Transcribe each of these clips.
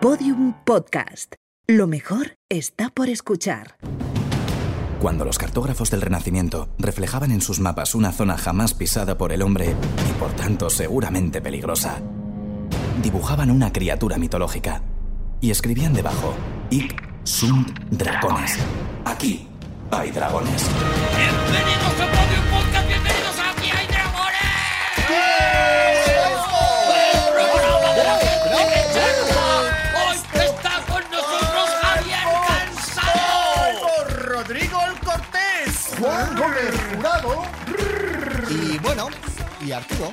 Podium Podcast. Lo mejor está por escuchar. Cuando los cartógrafos del Renacimiento reflejaban en sus mapas una zona jamás pisada por el hombre y por tanto seguramente peligrosa, dibujaban una criatura mitológica y escribían debajo: Ic sunt dragones. Aquí hay dragones. ¡Bienvenidos a Podium Podcast! ¡Bienvenidos a Aquí hay dragones! ¡El programa de la gente que charla! ¡Hoy está con nosotros Javier Cansado! Rodrigo el Cortés, Juan Gómez Jurado, y bueno, y Arturo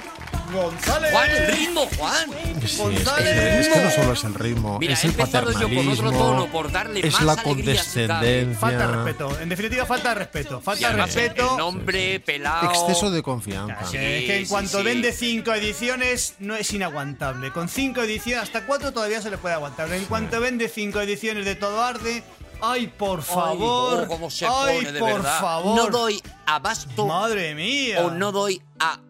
González. ¡Juan, el ritmo, Juan! González. Pues Es que no solo es el ritmo, Mira, es he el empezado yo con paternalismo, otro tono por darle es más la alegría a su tarde. condescendencia, Falta de respeto. En definitiva, falta de respeto. Y Falta de además el respeto. Eh, nombre pelado. exceso de confianza. Casi. Es eh, Sí, que sí, en cuanto sí. vende cinco ediciones, no es inaguantable. Con cinco ediciones, hasta cuatro todavía se le puede aguantar. Pero en cuanto vende cinco ediciones de todo arte, ¡ay, por favor! oh, cómo se ¡Ay, pone, de por verdad. favor! No doy abasto ¡Madre mía! o no doy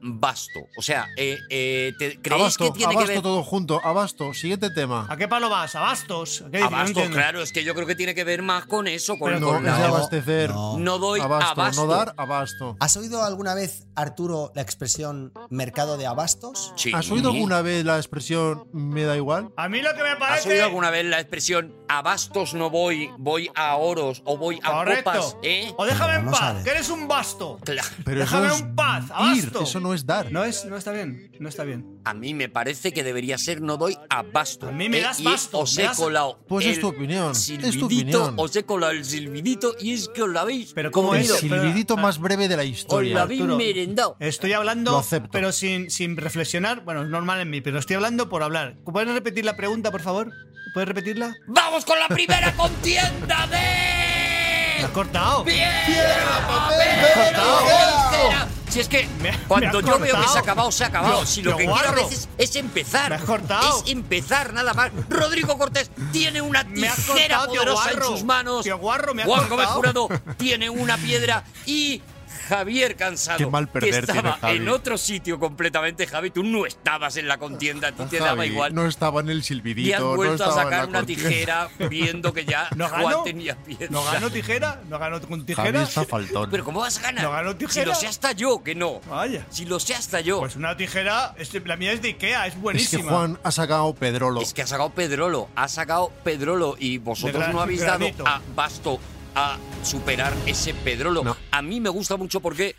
abasto. O sea, eh, eh, ¿te ¿creéis Abasto, que tiene abasto que ver Ah, todo junto, abasto, siguiente tema. ¿A qué palo vas? ¿A bastos? ¿A qué dices? No Abasto, entiendo. claro, es que yo creo que tiene que ver más con eso, con, Pero No, con es la- de abastecer. no. No Ah, doy abasto, abasto. no dar abasto. ¿Has oído alguna vez, Arturo, la expresión mercado de abastos? Sí. ¿Has oído alguna vez la expresión me da igual? A mí lo que me ¿Has parece... oído alguna vez la expresión abastos no voy, voy a oros o voy a copas? Correcto. ¿Eh? O déjame en No, no paz, sabes. que eres un basto. Claro. Pero Déjame eso es en paz, ir, abasto. eso no es dar. No es, no está bien, no está bien. A mí me parece que debería ser no doy abasto. A mí me ¿eh? das Y basto, Os me he das- colado. Pues es el tu opinión, es tu silbidito, opinión. Os he colado el silbidito y es que os lo habéis Pero ¿cómo el oído, comido. pero- silbidito más breve de la Os lo historia. habéis Arturo. merendado. Estoy Lo hablando, acepto. pero sin, sin reflexionar. Bueno, es normal en mí, pero estoy hablando por hablar. ¿Puedes repetir la pregunta, por favor? ¿Puedes repetirla? ¡Vamos con la primera contienda de... Me has cortado. ¡Piedra, papel, papel, tijera! tijera! Si es que Me- cuando me has yo veo que cortado. se ha acabado, se ha acabado. Lo- si lo, lo que quiero a guardo. veces es empezar. Me has cortado. Es empezar, nada más. Rodrigo Cortés tiene una Me has tijera cortado, tío poderosa en guarro. sus manos. Tío guarro, me has Juan Gómez cortado. Jurado tiene una piedra y... Javier Cansado, Qué mal que perder tiene estaba Javi. en otro sitio completamente, Javi, tú no estabas en la contienda, a ti te daba Javi, igual. No estaba en el y has silbidito, no vuelto a estaba en la sacar una cortina. tijera viendo que ya ¿No Juan gano? tenía piedra. ¿No gano tijera? ¿No gano con Javi tijera? está faltón. Pero ¿cómo vas a ganar? No ganó si tijera. lo sé hasta yo, que no. Vaya. Si lo sé hasta yo. Pues una tijera, es- la mía es de Ikea, es es que buenísima. Juan ha sacado Pedrolo. es que ha sacado Pedrolo, ha sacado Pedrolo y vosotros De gra- no habéis granito. dado a basto a superar ese Pedrolo. No. A mí me gusta mucho porque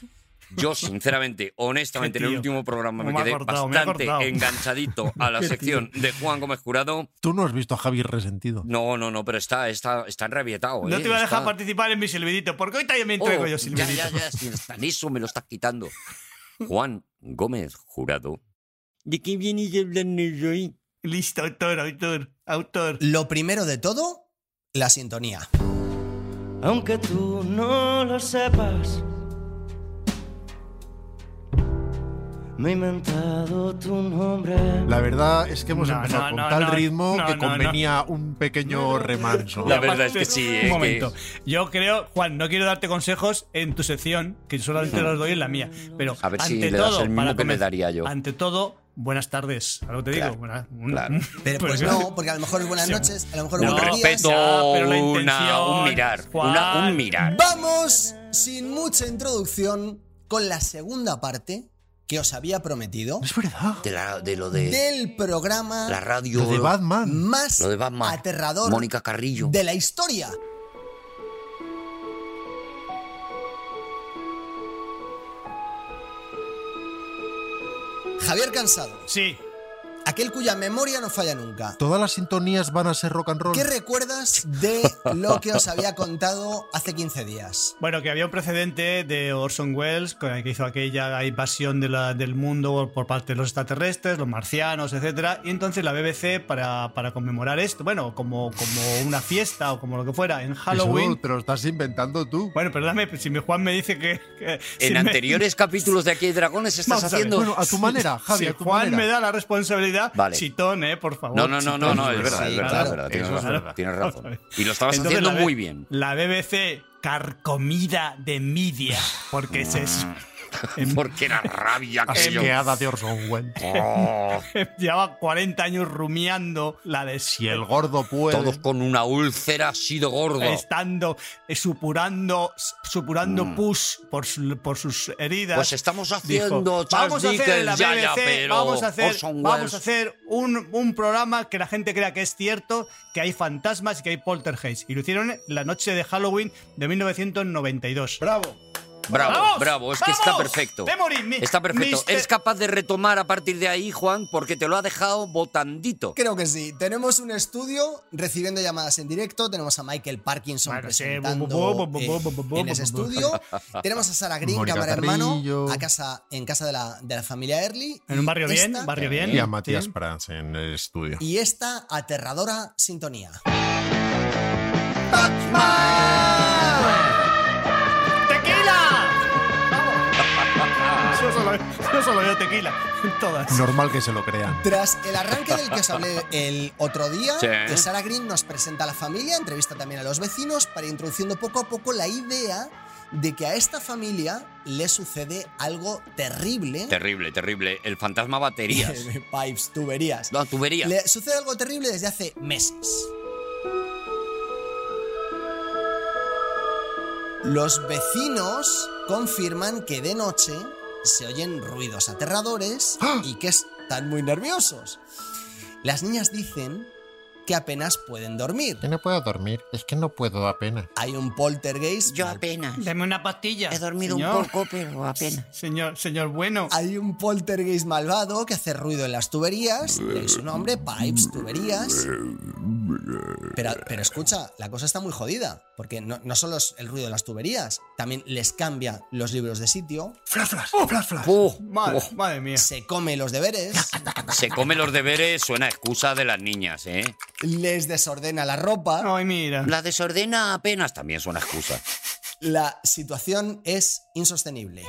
yo, sinceramente, honestamente, en Qué el tío. último programa me, Cómo me ha quedé cortado, me ha bastante cortado. enganchadito a la sección de Juan Gómez Jurado. Tú no has visto a Javi resentido. No, no, no, pero está, está, está enrabietado. No ¿eh? te voy a dejar Está- participar en mi silbidito, porque hoy también me entrego Oh, yo ya, silbidito. ya, ya, si está en eso me lo estás quitando. Juan Gómez Jurado. ¿De qué vienes hablando hoy? Listo, autor, autor, autor. Lo primero de todo, la sintonía. aunque tú no lo sepas. Me he inventado tu nombre. La verdad es que hemos No, empezado no, con no, tal no, ritmo no, que no, convenía un pequeño remanso. La verdad es que sí, Un es que- momento. Yo creo, Juan, no quiero darte consejos en tu sección, que solamente los doy en la mía. Pero A ver si ante le das todo, el mismo para que me comen- daría yo. Ante todo, buenas tardes. Algo te Claro, digo. Buena- un- claro. Pero pues Pero- no, porque a lo mejor es buenas noches, a lo mejor Un No, buenos días. respeto, ya, pero la una, intención, un mirar, Juan. una- un mirar. Vamos, sin mucha introducción, con la segunda parte que os había prometido Es verdad. De, la- de lo de del programa la radio. Lo de Batman. más Lo de Batman. aterrador Mónica Carrillo. de la historia. Javier Cansado, Sí, aquel cuya memoria no falla nunca. Todas las sintonías van a ser rock and roll. ¿Qué recuerdas de lo que os había contado hace 15 días? Bueno, que había un precedente de Orson Welles con el que hizo aquella invasión de la- del mundo por parte de los extraterrestres, los marcianos, etcétera. Y entonces la BBC, para, para conmemorar esto, bueno, como, como una fiesta o como lo que fuera, en Eso Halloween. te lo estás inventando tú. Bueno, perdóname, si mi Juan me dice que. que- si En me- anteriores capítulos de Aquí hay Dragones estás Vamos a ver. haciendo. Bueno, a tu manera, Javi, si a tu Juan manera. me da la responsabilidad, Vale. chitón, eh, por favor. No, no, no, no, no, es Sí, verdad, es verdad, claro, es verdad, tienes eso es razón, verdad. tienes razón. Y lo estabas Entonces, haciendo la B- muy bien. La BBC, carcomida de media, porque se, En- Porque la rabia que yo. Asqueada de Orson Welles. Oh, Llevaba 40 años rumiando la de Si el gordo puede. todos con una úlcera ha sido gordo. estando eh, supurando supurando Mm. pus por, su- por sus heridas. Pues estamos Dijo, haciendo Charles vamos a hacer en la Dickens, ya, ya, BBC, pero vamos a hacer, Orson vamos Welles". a hacer un, un programa que la gente crea que es cierto, que hay fantasmas y que hay poltergeist. Y lo hicieron la noche de Halloween de 1992. Bravo. Bravo, ¡Vamos! bravo, es que está ¡Vamos! perfecto. Memory, mi- Está perfecto. mister- ¿Eres capaz de retomar a partir de ahí, Juan? Porque te lo ha dejado botandito. Creo que sí. Tenemos un estudio recibiendo llamadas en directo. Tenemos a Michael Parkinson Bueno, sí, presentando bu- bu- bu- eh, bu- bu- bu- bu- en ese bu- bu- estudio. Tenemos a Sara Green, Mónica cámara hermano, Carrillo. a casa, en casa de la, de la familia Early. En un barrio Y bien, esta- barrio bien. Y a Matías Sí. Prats en el estudio. Y esta aterradora sintonía. ¡Tequila! ¡Vamos! Yo solo, yo solo veo tequila en todas. Normal que se lo crean. Tras el arranque del que os hablé el otro día, Sí. que Sara Green nos presenta a la familia, entrevista también a los vecinos para ir introduciendo poco a poco la idea de que a esta familia le sucede algo terrible. Terrible, terrible. El fantasma baterías. Pipes, tuberías. No, tuberías. Le sucede algo terrible desde hace meses. Los vecinos confirman que de noche se oyen ruidos aterradores y que están muy nerviosos. Las niñas dicen que apenas pueden dormir. Que no puedo dormir. Es que no puedo apenas. Hay un poltergeist. Yo apenas. Dame una pastilla. He dormido señor. un poco, pero apenas. Señor, señor bueno. Hay un poltergeist malvado que hace ruido en las tuberías. de ahí su nombre, Pipes, tuberías. Pero, pero escucha, la cosa está muy jodida. Porque no, no solo es el ruido de las tuberías, también les cambia los libros de sitio, Puh, Madre, puh. madre mía. se come los deberes, Se come los deberes, suena a excusa de las niñas, ¿eh? les desordena la ropa. Ay, mira. La desordena apenas también suena a excusa. La situación es insostenible.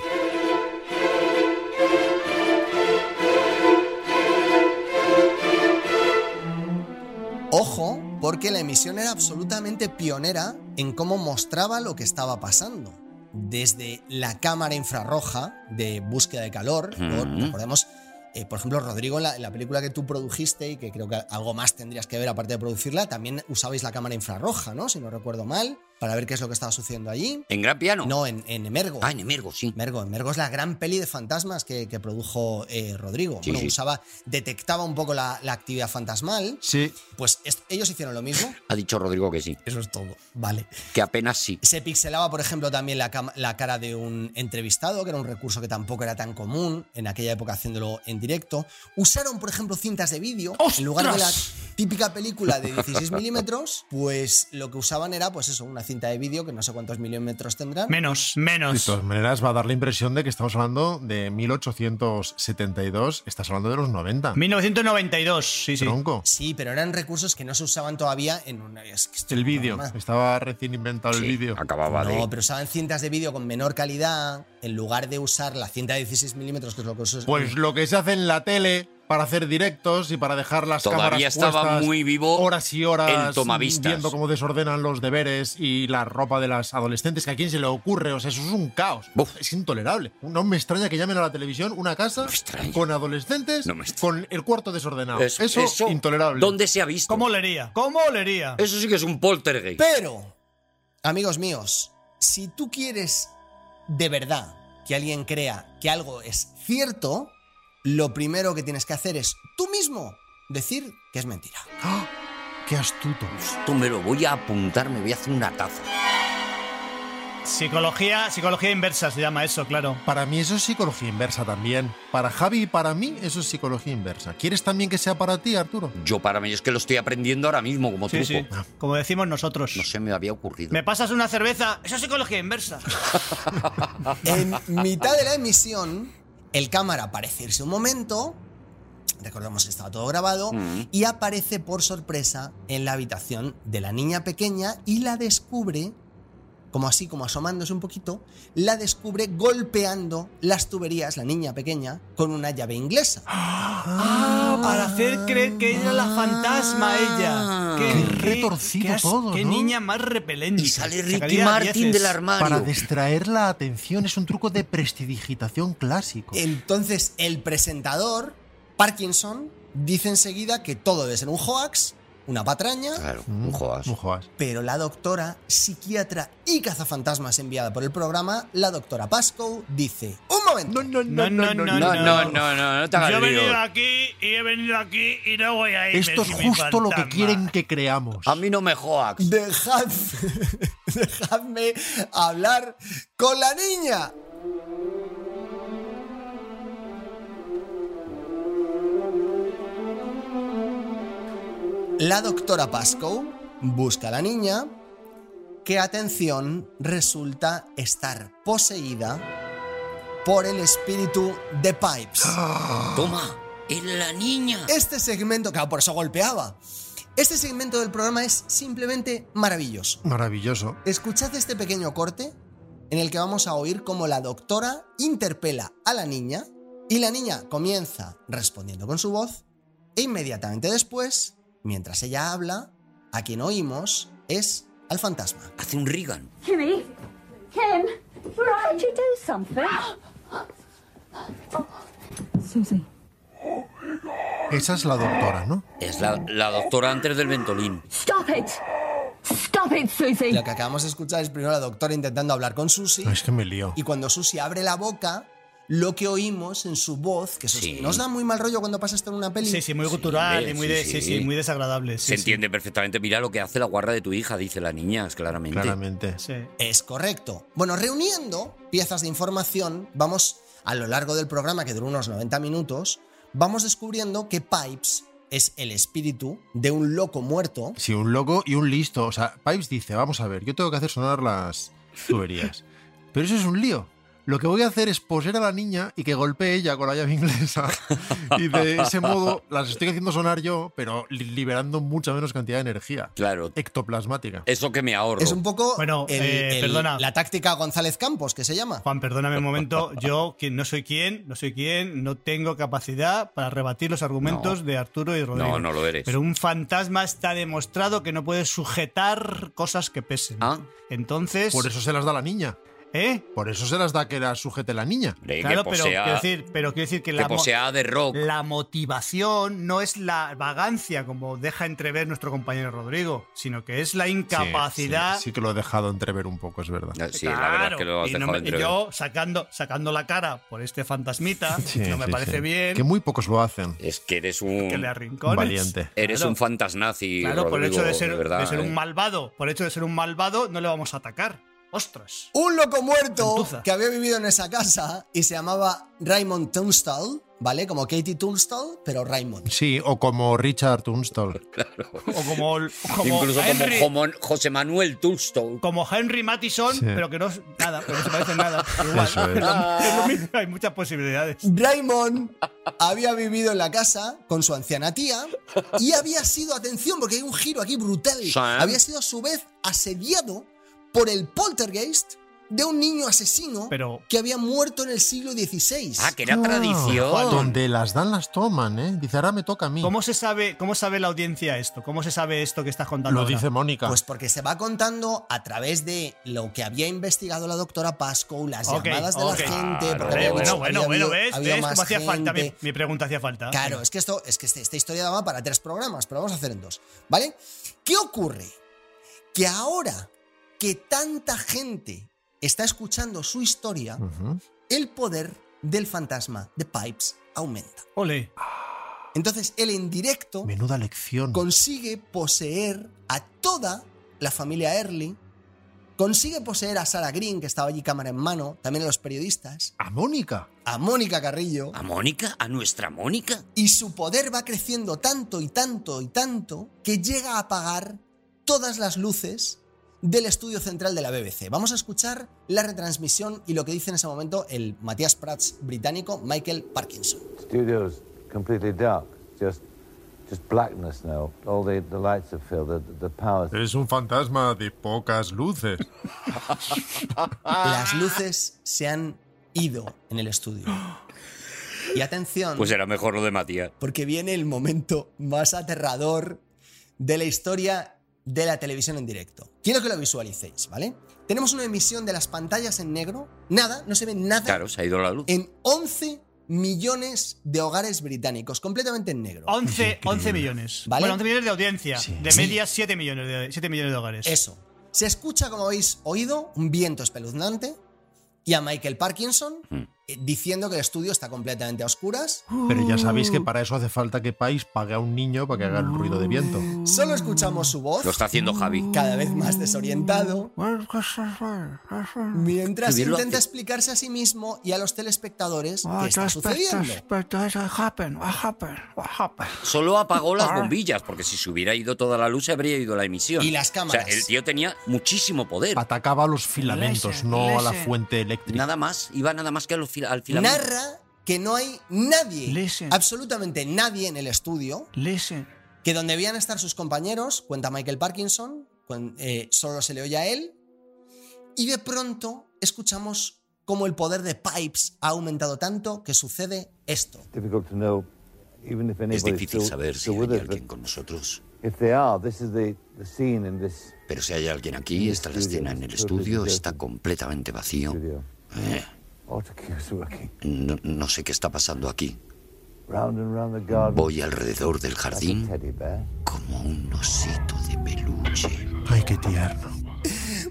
Ojo, porque la emisión era absolutamente pionera en cómo mostraba lo que estaba pasando. Desde la cámara infrarroja de búsqueda de calor, luego Mm. recordemos, eh, por ejemplo, Rodrigo, en la, en la película que tú produjiste y que creo que algo más tendrías que ver aparte de producirla, también usabais la cámara infrarroja, ¿no? Si no recuerdo mal, para ver qué es lo que estaba sucediendo allí. ¿En gran piano? No, en, en Emergo. Ah, en Emergo, sí. Mergo, Mergo es la gran peli de fantasmas que, que produjo eh, Rodrigo. Sí, Bueno, sí. usaba, detectaba un poco la, la actividad fantasmal. Sí. Pues est- ellos hicieron lo mismo. Ha dicho Rodrigo que sí. Eso es todo. Vale. Que apenas sí. Se pixelaba, por ejemplo, también la, cam- la cara de un entrevistado, que era un recurso que tampoco era tan común en aquella época haciéndolo en directo. Usaron, por ejemplo, cintas de vídeo. En lugar de la típica película de 16 milímetros, pues lo que usaban era, pues eso, una cinta de vídeo que no sé cuántos milímetros tendrán. Menos, De menos. todas maneras, va a dar la impresión de que estamos hablando de 1872. Estás hablando de los 90. 1992, sí, sí. Tronco. Sí, pero eran recursos que no se usaban todavía en una. es que esto El es una vídeo. Ah, broma. Estaba recién inventado el Sí, vídeo. Acababa de. No, pero usaban cintas de vídeo con menor calidad. En lugar de usar la cinta de 16 milímetros, que es lo que usas. Pues lo que se hace en la tele para hacer directos y para dejar las Todavía cámaras estaba puestas muy vivo horas y horas el tomavistas. viendo cómo desordenan los deberes y la ropa de las adolescentes que a quién se le ocurre, o sea, eso es un caos. Buf. Es intolerable. No me extraña que llamen a la televisión una casa me extraña. con adolescentes No me extraña. con el cuarto desordenado. Eso- Eso, eso, intolerable. ¿Dónde se ha visto? ¿Cómo olería? ¿Cómo olería? Eso sí que es un poltergeist. Pero, amigos míos, si tú quieres de verdad que alguien crea que algo es cierto, lo primero que tienes que hacer es tú mismo decir que es mentira. ¡Ah! ¡Qué astutos! Esto me lo voy a apuntar, me voy a hacer una taza. Psicología, psicología inversa se llama eso, claro. Para mí eso es psicología inversa también. Para Javi y para mí eso es psicología inversa. ¿Quieres también que sea para ti, Arturo? Yo para mí es que lo estoy aprendiendo ahora mismo como Sí, truco. sí. Como decimos nosotros. No se me había ocurrido. ¿Me pasas una cerveza? Eso es psicología inversa. En mitad de la emisión, el cámara aparece irse un momento, recordamos que estaba todo grabado, Mm. y aparece por sorpresa en la habitación de la niña pequeña y la descubre como así, como asomándose un poquito, la descubre golpeando las tuberías, la niña pequeña, con una llave inglesa. Ah, para hacer creer que era la fantasma ella. Qué retorcido qué as- todo, Qué ¿no? niña más repelente. Y sale Ricky Sacaría Martin dieces. del Ah, Para armario. distraer la atención es un truco de prestidigitación clásico. Eh, Entonces el presentador, Parkinson, dice enseguida que todo debe ser un hoax, una patraña, Claro, Mm, un joas. Un joas. pero la doctora, psiquiatra y cazafantasmas enviada por el programa, la doctora Pascoe, dice, un momento, No, no, no, no. No, no, no, no, no te Yo he hagas lío. venido aquí y he venido aquí y no voy a ir. Esto es justo lo que quieren que creamos. A mí no me joax. dejad, dejadme hablar con la niña. La doctora Pascoe busca a la niña que, atención, resulta estar poseída por el espíritu de Pipes. Toma, es la niña. Este segmento, claro, por eso golpeaba. Este segmento del programa es simplemente maravilloso. Maravilloso. Escuchad este pequeño corte en el que vamos a oír cómo la doctora interpela a la niña y la niña comienza respondiendo con su voz e inmediatamente después, mientras ella habla, a quien oímos es al fantasma. Hace un Reagan. Jimmy! Kim! Right. Did you do something? Susie. Esa es la doctora, ¿no? Es la, la doctora antes del ventolín. Stop it! Stop it, Susie! Lo que acabamos de escuchar es primero la doctora intentando hablar con Susie Es que me lío. y cuando Susie abre la boca, lo que oímos en su voz, que eso es- Sí. nos da muy mal rollo cuando pasa esto en una peli, Sí, sí, muy gutural hombre, y muy, sí, de, sí. sí, sí, muy desagradable. sí, Se sí. entiende perfectamente. Mira lo que hace la guarda de tu hija, dice la niña, es claramente. Claramente. Sí. Es correcto. Bueno, reuniendo piezas de información, vamos a lo largo del programa, que dura unos 90 minutos, vamos descubriendo que Pipes es el espíritu de un loco muerto. Sí, un loco y un listo. O sea, Pipes dice, vamos a ver, yo tengo que hacer sonar las tuberías. Pero eso es un lío. Lo que voy a hacer es poseer a la niña y que golpee ella con la llave inglesa. Y de ese modo las estoy haciendo sonar yo, pero li- liberando mucha menos cantidad de energía. Claro. Ectoplasmática. Eso que me ahorro. Es un poco Bueno, eh, perdona. la táctica González Campos, que se llama. Juan, perdóname un momento. Yo, que no soy quien, no soy quien, no tengo capacidad para rebatir los argumentos No. de Arturo y Rodrigo. No, no lo eres. Pero un fantasma está demostrado que no puede sujetar cosas que pesen. Ah, Entonces. Por eso se las da la niña. ¿Eh? Por eso se las da que las sujete la niña. hombre, Claro, que pero posea, quiero, decir, pero quiero decir que que la, mo- Eh, posea de rock. la motivación no es la vagancia, como deja entrever nuestro compañero Rodrigo, sino que es la incapacidad. Sí, sí, sí que lo he dejado entrever un poco, es verdad. Sí, la verdad es que lo has Claro, y no dejado me- entre. Yo sacando, sacando la cara por este fantasmita, Sí, no me sí, parece sí. bien Que que, muy pocos lo hacen. Es que eres un. le arrincones. Valiente. Eres Claro. un fantasnazi. Claro, por el Rodrigo, hecho de ser, verdad, de ser ¿eh? un malvado, por el hecho de ser un malvado, no le vamos a atacar. ¡Ostras! Un loco muerto Cantuza. que había vivido en esa casa y se llamaba Raymond Tunstall, ¿vale? Como Katie Tunstall, pero Raymond. Sí, o como Richard Tunstall. O como, el- como Pues Incluso Henry, como, como Jomo- José Manuel Tulstow. Henry Mattison, Sí. pero que no es nada, pero no se parece en nada. Igual. Eso Es es. lo- es lo mismo, hay muchas posibilidades. Raymond había vivido en la casa con su anciana tía y había sido, atención, porque hay un giro aquí brutal, Sí. había sido a su vez asediado por el poltergeist de un niño asesino Pero- que había muerto en el siglo XVI. Ah, que era Claro, tradición. Donde las dan, las toman, ¿eh? Dice, ahora me toca a mí. ¿Cómo se sabe, cómo sabe la audiencia esto? ¿Cómo se sabe esto que estás contando? Lo ahora? dice Mónica. Pues porque se va contando a través de lo que había investigado la doctora Pascoe, las Ok, llamadas de ok. la gente. Claro, porque Vale, había bueno, dicho- bueno, había bueno, habido- ¿ves? había ¿Ves más cómo hacía falta? Mi, gente. mi pregunta hacía falta. Claro, es que esto, es que este- esta historia daba para tres programas, pero vamos a hacer en dos, ¿vale? ¿Qué ocurre? Que ahora que tanta gente está escuchando su historia, Ujú. el poder del fantasma de Pipes aumenta. Ole. Entonces, él en directo Menuda lección. consigue poseer a toda la familia Early, consigue poseer a Sarah Green, que estaba allí cámara en mano, también a los periodistas, A Mónica. a Mónica Carrillo, ¿A Mónica? ¿A nuestra Mónica? Y su poder va creciendo tanto y tanto y tanto que llega a apagar todas las luces del estudio central de la BBC. Vamos a escuchar la retransmisión y lo que dice en ese momento el Matías Prats británico Michael Parkinson. Studio's completely dark, just just blackness now. All the, the lights have failed, the, the power's Es un fantasma de pocas luces. Las luces se han ido en el estudio. Y atención, Pues era mejor lo de Matías. porque viene el momento más aterrador de la historia de la televisión en directo. Quiero que lo visualicéis, ¿vale? Tenemos una emisión de las pantallas en negro, nada, no se ve nada, Claro, se ha ido la luz. en 11 millones de hogares británicos, completamente en negro. 11, 11 millones. ¿Vale? Bueno, 11 millones de audiencia. De Sí. media, 7 millones de, 7 millones de hogares. Eso. Se escucha, como habéis oído, un viento espeluznante y a Michael Parkinson Mm. eh, diciendo que el estudio está completamente a oscuras. Pero ya sabéis que para eso hace falta que Pais pague a un niño para que haga el ruido de viento. Solo escuchamos su voz, Mm. Lo está haciendo Javi. cada vez más desorientado, mientras Javier lo intenta hace. explicarse a sí mismo y a los telespectadores Ah, qué está sucediendo. Solo apagó las bombillas, porque si se hubiera ido toda la luz, se habría ido la emisión. Y las cámaras. O sea, el tío tenía muchísimo poder. Atacaba a los filamentos, no a la fuente eléctrica. Nada más, iba nada más que a los fila- al filamento. Narra que no hay nadie, Listen. absolutamente nadie en el estudio, que donde debían estar sus compañeros, cuenta Michael Parkinson, cuen- eh, solo se le oye a él, y de pronto escuchamos cómo el poder de Pipes ha aumentado tanto que sucede esto. difficult to know, even if Es anybody's difícil still, saber si still hay with us. But alguien con nosotros, if they are, this is the, the scene in this pero si hay alguien aquí, está la escena en el estudio, está completamente vacío. video. Eh, Autocue's working. no, no sé qué está pasando aquí. Round and round the garden. Voy alrededor del jardín Teddy bear. como un osito de peluche. Ay, qué tierno.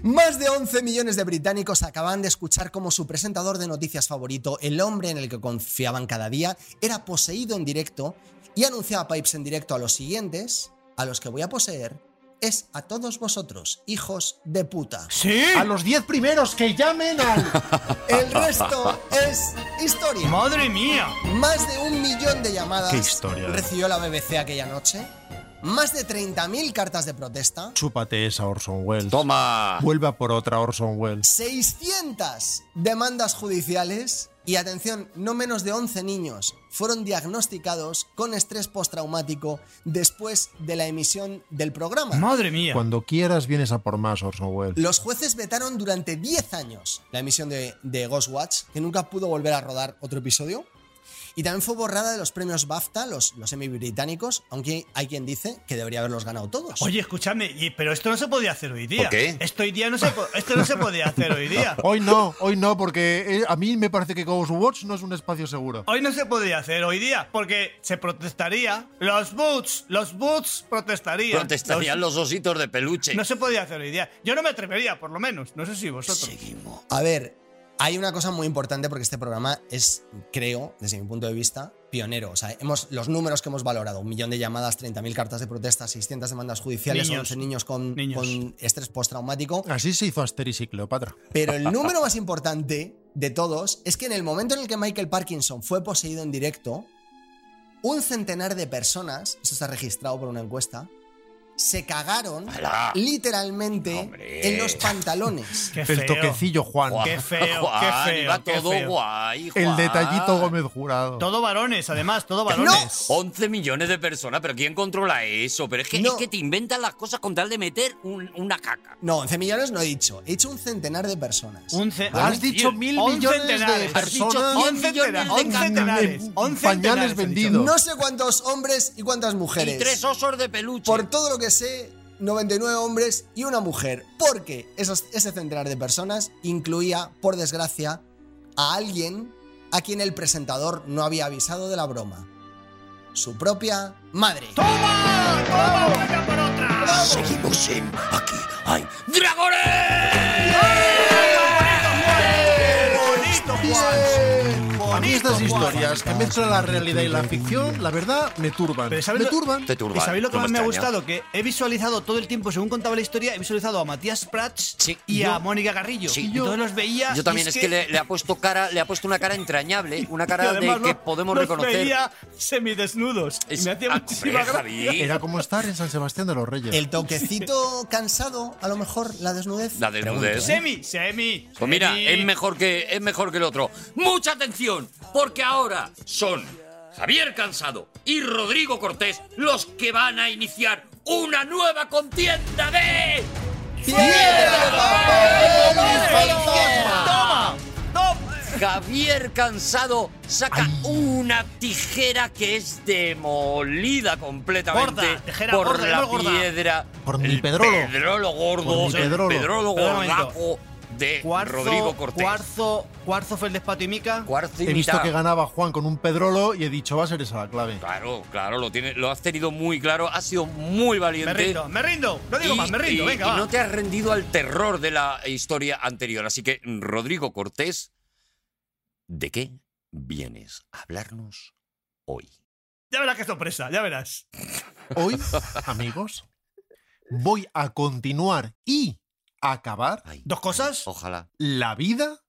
Más de 11 millones de británicos acaban de escuchar cómo su presentador de noticias favorito, el hombre en el que confiaban cada día, era poseído en directo y anunciaba Pipes en directo a los siguientes, a los que voy a poseer, es a todos vosotros, hijos de puta. ¡Sí! A los 10 primeros que llamen al. El resto es historia. ¡Madre mía! Más de un millón de llamadas Qué historia. ¿eh? recibió la BBC aquella noche. Más de 30.000 cartas de protesta. Chúpate esa Orson Welles. ¡Toma! Vuelve a por otra Orson Welles. 600 demandas judiciales. Y atención, no menos de 11 niños fueron diagnosticados con estrés postraumático después de la emisión del programa. ¡Madre mía! Cuando quieras vienes a por más Orson Welles. Los jueces vetaron durante 10 años la emisión de, de Ghostwatch, que nunca pudo volver a rodar otro episodio. Y también fue borrada de los premios BAFTA, los, los Emmy británicos, aunque hay quien dice que debería haberlos ganado todos. Oye, escúchame, y- pero esto no se podía hacer hoy día. ¿Por qué? Esto, hoy día no se, po- esto no se podía hacer hoy día. Hoy no, hoy no, porque eh, a mí me parece que Ghostwatch no es un espacio seguro. Hoy no se podía hacer hoy día porque se protestaría. Los boots, los boots protestarían. Protestarían los ositos de peluche. No se podía hacer hoy día. Yo no me atrevería, por lo menos. No sé si vosotros. Seguimos. A ver, hay una cosa muy importante porque este programa es, creo, desde mi punto de vista, pionero. O sea, hemos, los números que hemos valorado, un millón de llamadas, 30.000 cartas de protesta, 600 demandas judiciales, Niños. 11 niños con, Niños. con estrés postraumático. Así se hizo Asteris y Cleopatra. Pero el número más importante de todos es que en el momento en el que Michael Parkinson fue poseído en directo, un centenar de personas, eso está registrado por una encuesta, se cagaron ¡Hala! literalmente ¡Hombre! en los pantalones. Qué feo. El toquecillo Juan. Guau, Qué feo, Juan, qué feo, iba qué todo feo. guay, El Juan. detallito Gómez Jurado. Todo varones, además, todo varones. 11 millones de personas, pero ¿quién controla eso? Pero es que, No. es que te inventan las cosas con tal de meter un- una caca. No, 11 millones no he dicho, he dicho un centenar de personas. Un ce- Has dicho mil Once millones de centenares. Has dicho personas. cien 11 millones tena- de once cacas. tenares, once Pañales tenares, he vendidos. dicho. No sé cuántos hombres y cuántas mujeres. Y tres osos de peluche. Por todo lo que sé, 99 hombres y una mujer. Porque esos, ese centenar de personas incluía, por desgracia, a alguien a quien el presentador no había avisado de la broma. Su propia madre. Seguimos en aquí hay dragones. Bien. A mí estas Bonito, Juan. historias que mezclan la realidad y la ficción, la verdad, me turban. Pero ¿sabes me lo- turban. Te turba. ¿Y sabéis lo que no más me ha extraña. gustado? Que he visualizado todo el tiempo, según contaba la historia, he visualizado a Matías Prats Sí, y yo- a Mónica Garrillo. Sí. y todos los veía. Yo también y es, que, le, le ha puesto cara, le ha puesto una cara entrañable, una y cara además de que lo- podemos los reconocer. veía semidesnudos. Y Es- me hacía Ah, muchísima hombre, gracia. Javi, Era como estar en San Sebastián de los Reyes. El toquecito cansado, a lo mejor, la desnudez. La desnudez. Pregunto, ¿eh? Semi, semi. Pues mira, semi. es mejor que es mejor que el otro. Mucha atención, porque ahora son Javier Cansado y Rodrigo Cortés los que van a iniciar una nueva contienda de... ¡Toma! Javier Cansado saca una tijera que es demolida completamente Gorda, tijera por gorda, la no gorda. piedra. Por mi el Pedrolo. Pedrolo gordo, Por mi el Pedrolo. pedrolo Espera un momento. gordaco de Cuarzo, Rodrigo Cortés. Cuarzo, cuarzo fue el de Espato y Mica. Cuarzo y He visto mitad. que ganaba Juan con un pedrolo y he dicho, va a ser esa la clave. Claro, claro, lo, tiene, lo has tenido muy claro, has sido muy Me valiente. rindo, me rindo. No digo Y- más, me rindo. y- venga, y va. no te has rendido al terror de la historia anterior. Así que, Rodrigo Cortés, ¿de qué vienes a hablarnos hoy? Ya verás qué sorpresa, ya verás. Hoy, amigos, voy a continuar y acabar Ay, ¿Dos cosas? Ojalá. la vida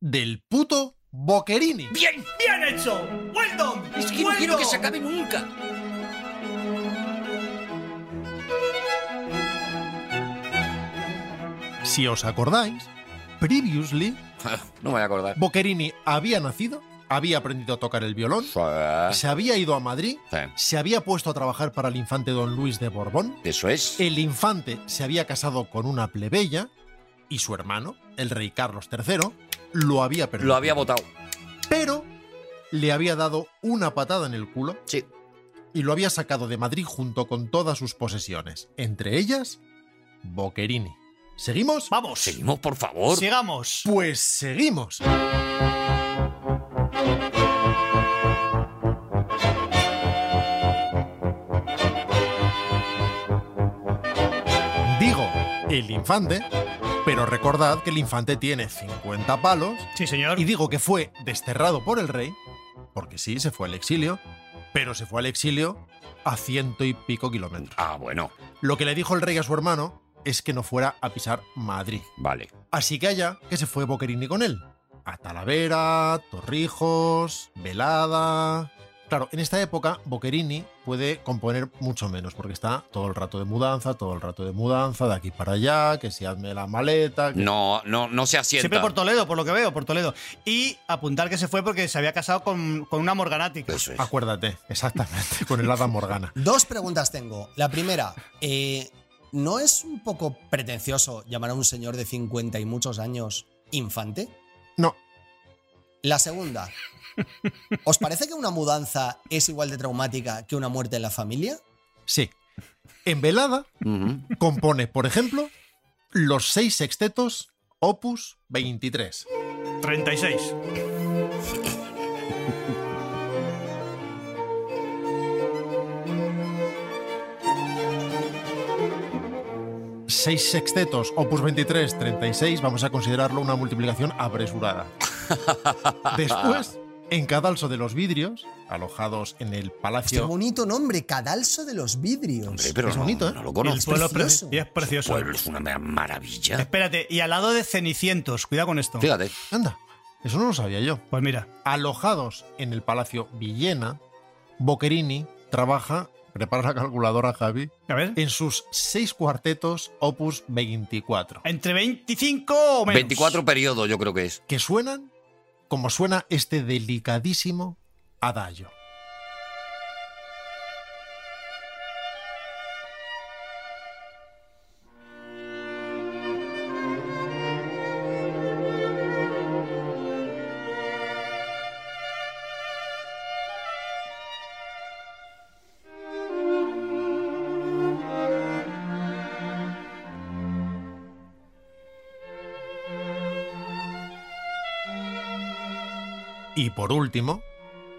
del puto Boquerini. ¡Bien! ¡Bien hecho! ¡Well done! Es que no well quiero que se done. acabe nunca. Si os acordáis, previously, No me voy a acordar. Boquerini había nacido, había aprendido a tocar el violón, Sí, se había ido a Madrid, sí. se había puesto a trabajar para el infante don Luis de Borbón, Eso es. El infante se había casado con una plebeya y su hermano, el rey Carlos III, lo había perdido. Lo había votado. Pero le había dado una patada en el culo Sí. y lo había sacado de Madrid junto con todas sus posesiones, entre ellas Boquerini. ¿Seguimos? Vamos. Seguimos, por favor. Sigamos. Pues seguimos. Digo, el infante, pero recordad que el infante tiene 50 palos Sí, señor. y digo que fue desterrado por el rey, porque sí, se fue al exilio, pero se fue al exilio a ciento y pico kilómetros. Ah, bueno. Lo que le dijo el rey a su hermano es que no fuera a pisar Madrid. Vale. Así que allá que se fue Boquerini con él. A Talavera, Torrijos, Velada. Claro, en esta época Boquerini puede componer mucho menos, porque está todo el rato de mudanza, todo el rato de mudanza, de aquí para allá, que si hazme la maleta. que- No, no, no se asienta. Siempre por Toledo, por lo que veo, por Toledo. Y apuntar que se fue porque se había casado con, con una morganática. Eso es. Acuérdate, exactamente, con el hada Morgana. Dos preguntas tengo. La primera, eh, ¿no es un poco pretencioso llamar a un señor de 50 y muchos años infante? No, La segunda, ¿os parece que una mudanza es igual de traumática que una muerte en la familia? sí. En Velada Ujú. compone, por ejemplo, los seis sextetos Opus 23. 36. Seis sextetos, opus 23, 36, vamos a considerarlo una multiplicación apresurada. Después, en cadalso de los vidrios, alojados en el Qué palacio. Este bonito nombre, Cadalso de los Vidrios. Hombre, pero Es no- bonito, ¿eh? no lo El conozco. pueblo es precioso. preci- y es precioso. pueblo es una maravilla. Espérate, y al lado de Cenicientos, cuidado con esto. Fíjate. Anda, eso no lo sabía yo. Pues mira, Alojados en el palacio Villena, Boquerini trabaja, prepara la calculadora Javi, a ver. en sus seis cuartetos, opus 24, Entre 25 o menos. 24 periodos, yo creo que es. que suenan como suena este delicadísimo adagio. Y por último,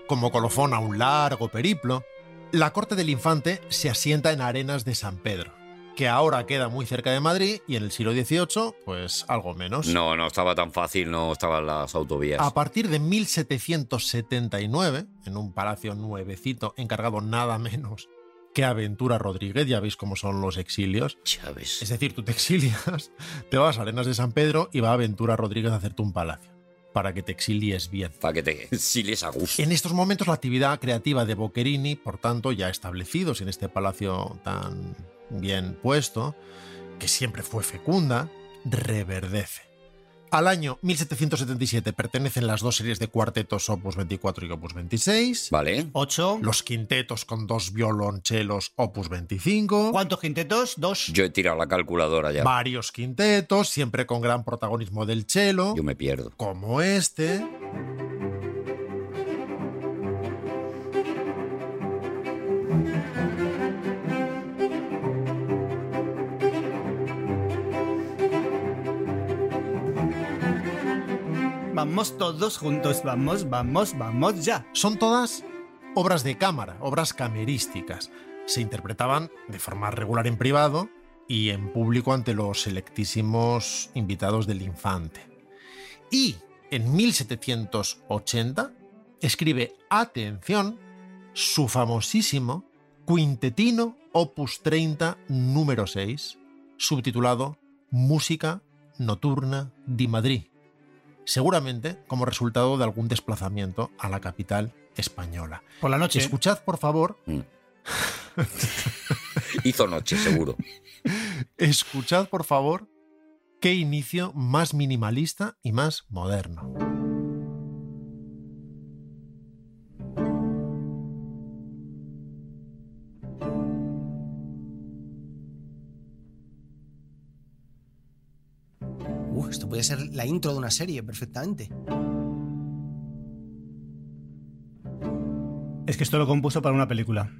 como colofón a un largo periplo, la corte del infante se asienta en Arenas de San Pedro, que ahora queda muy cerca de Madrid y en el siglo XVIII, pues algo menos. No, no estaba tan fácil, no estaban las autovías. A partir de 1779, en un palacio nuevecito encargado nada menos que a Ventura Rodríguez, ya veis cómo son los exilios. Chávez. Es decir, tú te exilias, te vas a Arenas de San Pedro y va a Ventura Rodríguez a hacerte un palacio, para que te exilies bien. Para que te si les a gusto. En estos momentos la actividad creativa de Boquerini, por tanto, ya establecidos en este palacio tan bien puesto, que siempre fue fecunda, reverdece. Al año 1777 pertenecen las dos series de cuartetos Opus 24 y Opus 26. Vale. 8. Los quintetos con dos violonchelos Opus 25. ¿Cuántos quintetos? Dos. Yo he tirado la calculadora ya. Varios quintetos, siempre con gran protagonismo del cello, Yo me pierdo. como este. Vamos todos juntos, vamos, vamos, vamos ya. Son todas obras de cámara, obras camerísticas. Se interpretaban de forma regular en privado y en público ante los selectísimos invitados del infante. Y en 1780 escribe, atención, su famosísimo Quintetino Opus 30 número 6, subtitulado Música Nocturna di Madrid seguramente como resultado de algún desplazamiento a la capital española. Por la noche. Escuchad, por favor, Hizo noche, seguro. escuchad, por favor, qué inicio más minimalista y más moderno. Uh, esto puede ser la intro de una serie perfectamente. Es que esto lo compuso para una película.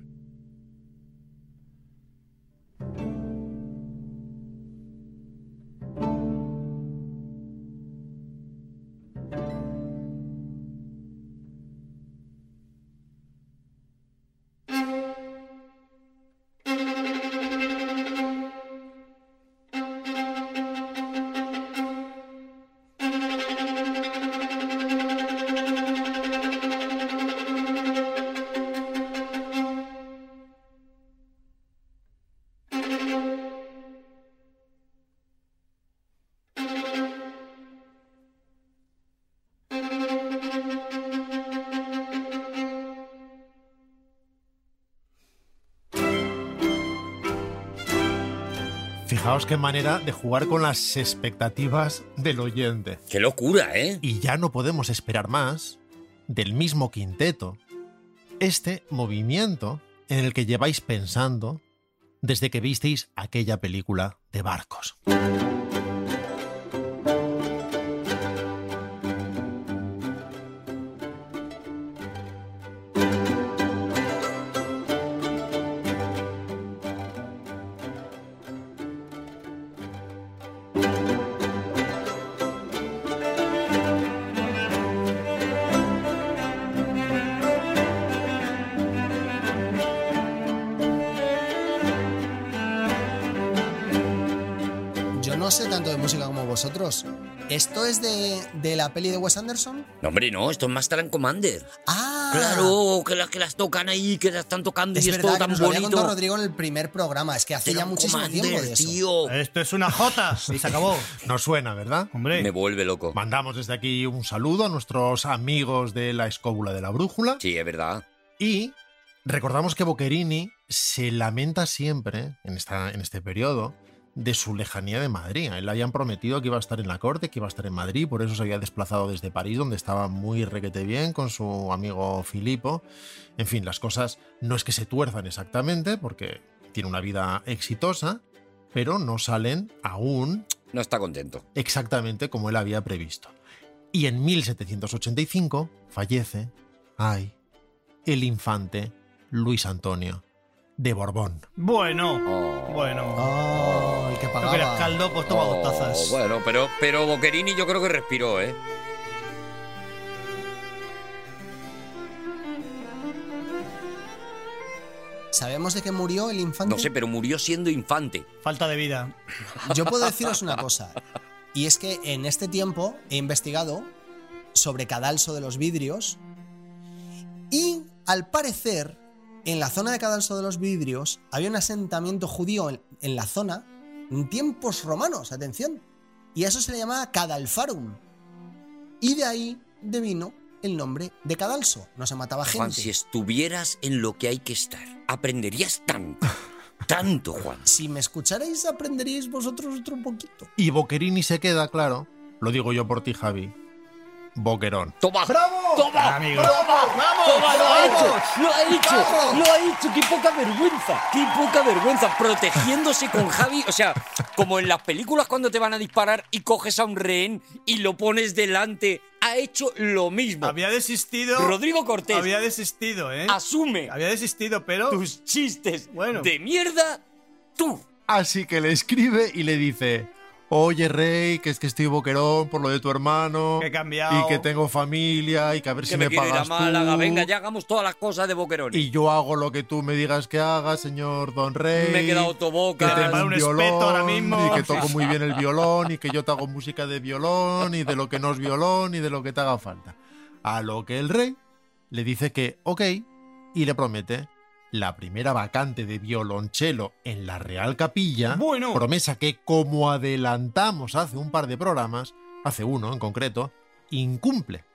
Fijaos qué manera de jugar con las expectativas del oyente. Qué locura, ¿eh? Y ya no podemos esperar más del mismo quinteto, este movimiento en el que lleváis pensando desde que visteis aquella película de barcos. Yo no sé tanto de música como vosotros. ¿Esto es de, de la peli de Wes Anderson? No, hombre, no, esto es Master and Commander. ¡Ah! Claro, que las, que las tocan ahí, que las están tocando Es y es todo verdad, que tan nos lo había contado bonito. Rodrigo en el primer programa. Es que hace Era ya un muchísimo tiempo Commander, de eso. tío. Esto es una jota y se acabó. No suena, ¿verdad? Hombre. Me vuelve loco. Mandamos desde aquí un saludo a nuestros amigos de la escóbula de la brújula Sí, es verdad. y recordamos que Boquerini se lamenta siempre en, esta, en este periodo de su lejanía de Madrid. A él le habían prometido que iba a estar en la corte, que iba a estar en Madrid, por eso se había desplazado desde París, donde estaba muy requete bien con su amigo Filipo. En fin, las cosas no es que se tuerzan exactamente, porque tiene una vida exitosa, pero no salen aún No está contento. exactamente como él había previsto. Y en 1785 fallece, ay, el infante Luis Antonio de Borbón. Bueno. Oh. Bueno. Oh, el que No querías pagaba. caldo, pues toma Oh, dos tazas. Bueno, pero, pero Boquerini yo creo que respiró, ¿eh? ¿Sabemos de qué murió el infante? No sé, pero murió siendo infante. Falta de vida. Ah, Yo puedo deciros una cosa. Y es que en este tiempo he investigado sobre cadalso de los vidrios. Y al parecer, en la zona de cadalso de los vidrios había un asentamiento judío en, en la zona en tiempos romanos, atención. Y a eso se le llamaba Cadalfarum. Y de ahí devino el nombre de cadalso. No se mataba Juan, si gente. estuvieras en lo que hay que estar, aprenderías tanto. Tanto, Juan. Si me escucharais, aprenderíais vosotros otro poquito. Y Boquerini se queda, claro, Lo digo yo por ti, Javi. Boquerón. ¡Toma! ¡Bravo! ¡Toma! Amigo. ¡Toma! ¡Vamos! ¡Toma! ¡Lo ha ¡Vamos! hecho! ¡Lo ha hecho! ¡Vamos! ¡Lo ha hecho! ¡Qué poca vergüenza! ¡Qué poca vergüenza! Protegiéndose con Javi. O sea, como en las películas cuando te van a disparar y coges a un rehén y lo pones delante. Ha hecho lo mismo. Había desistido. Rodrigo Cortés. Ah, Había desistido, ¿eh? Asume Había desistido, pero. tus chistes Bueno. de mierda tú. Así que le escribe y le dice: Oye, Rey, que es que estoy boquerón por lo de tu hermano. Que he cambiado. Y que tengo familia y que a ver Que si me, me, quiero ir a pagas. Málaga. tú. Venga, ya hagamos todas las cosas de boquerón. Y yo hago lo que tú me digas que haga, señor Don Rey. Me he quedado que Te toboca. tengo preparo un un espeto violón ahora mismo. y que toco muy bien el violón y que yo te hago música de violón y de lo que no es violón y de lo que te haga falta. A lo que el rey le dice que ok y le promete la primera vacante de violonchelo en la Real ¿eh? Capilla, Bueno. promesa que como adelantamos hace un par de programas, hace uno en concreto, incumple,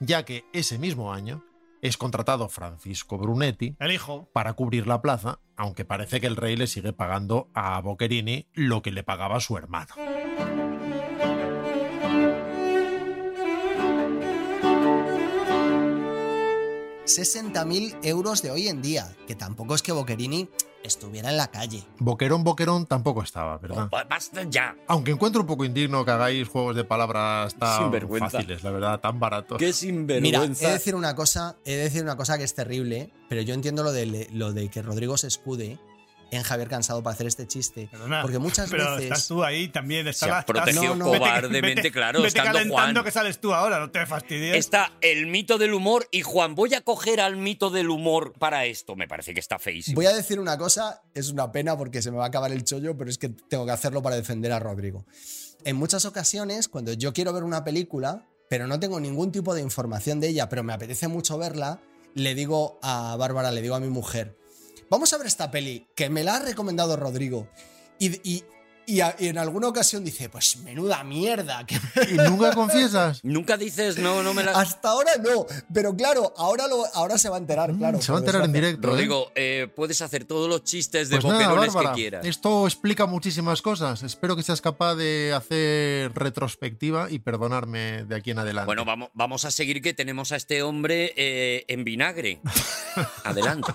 ya que ese mismo año es contratado Francisco Brunetti El hijo. para cubrir la plaza, aunque parece que el rey le sigue pagando a Boquerini lo que le pagaba su hermano. Bravo. 60.000 euros de hoy en día, que tampoco es que Boquerini estuviera en la calle. Boquerón, Boquerón tampoco estaba, ¿verdad? Pues Basta ya. Aunque encuentro un poco indigno que hagáis juegos de palabras tan Sinvergüenza. fáciles, la verdad, tan baratos. Qué Mira, he sinvergüenza. de decir una cosa, he de decir una cosa que es terrible, pero yo entiendo lo de, lo de que Rodrigo se escude en Javier Cansado para hacer este chiste. Perdona. Porque muchas pero veces- Estás tú ahí también. Se ha Estás, protegido estás- no, vete- cobardemente, vete- claro, Vete estando calentando Juan. que sales tú ahora, no te fastidies. Está el mito del humor y Juan, voy a coger al mito del humor para esto. Me parece que está feísimo. Voy a decir una cosa, es una pena porque se me va a acabar el chollo, pero es que tengo que hacerlo para defender a Rodrigo. En muchas ocasiones, cuando yo quiero ver una película, pero no tengo ningún tipo de información de ella, pero me apetece mucho verla, le digo a Bárbara, le digo a mi mujer, vamos a ver esta peli, que me la ha recomendado Rodrigo. Y, y- y a- y en alguna ocasión dice, pues menuda mierda, que ¿Y nunca confiesas? Nunca dices, no, no me la... hasta ahora no, pero claro, ahora, lo, ahora se va a enterar, claro. se va a por pues enterar en desgracia. directo. ¿eh? Rodrigo, eh, puedes hacer todos los chistes de Pues nada, boquerones Bárbara, que quieras. esto explica muchísimas cosas. Espero que seas capaz de hacer retrospectiva y perdonarme de aquí en adelante. Bueno, vamos, vamos a seguir que tenemos a este hombre eh, en vinagre. Adelante.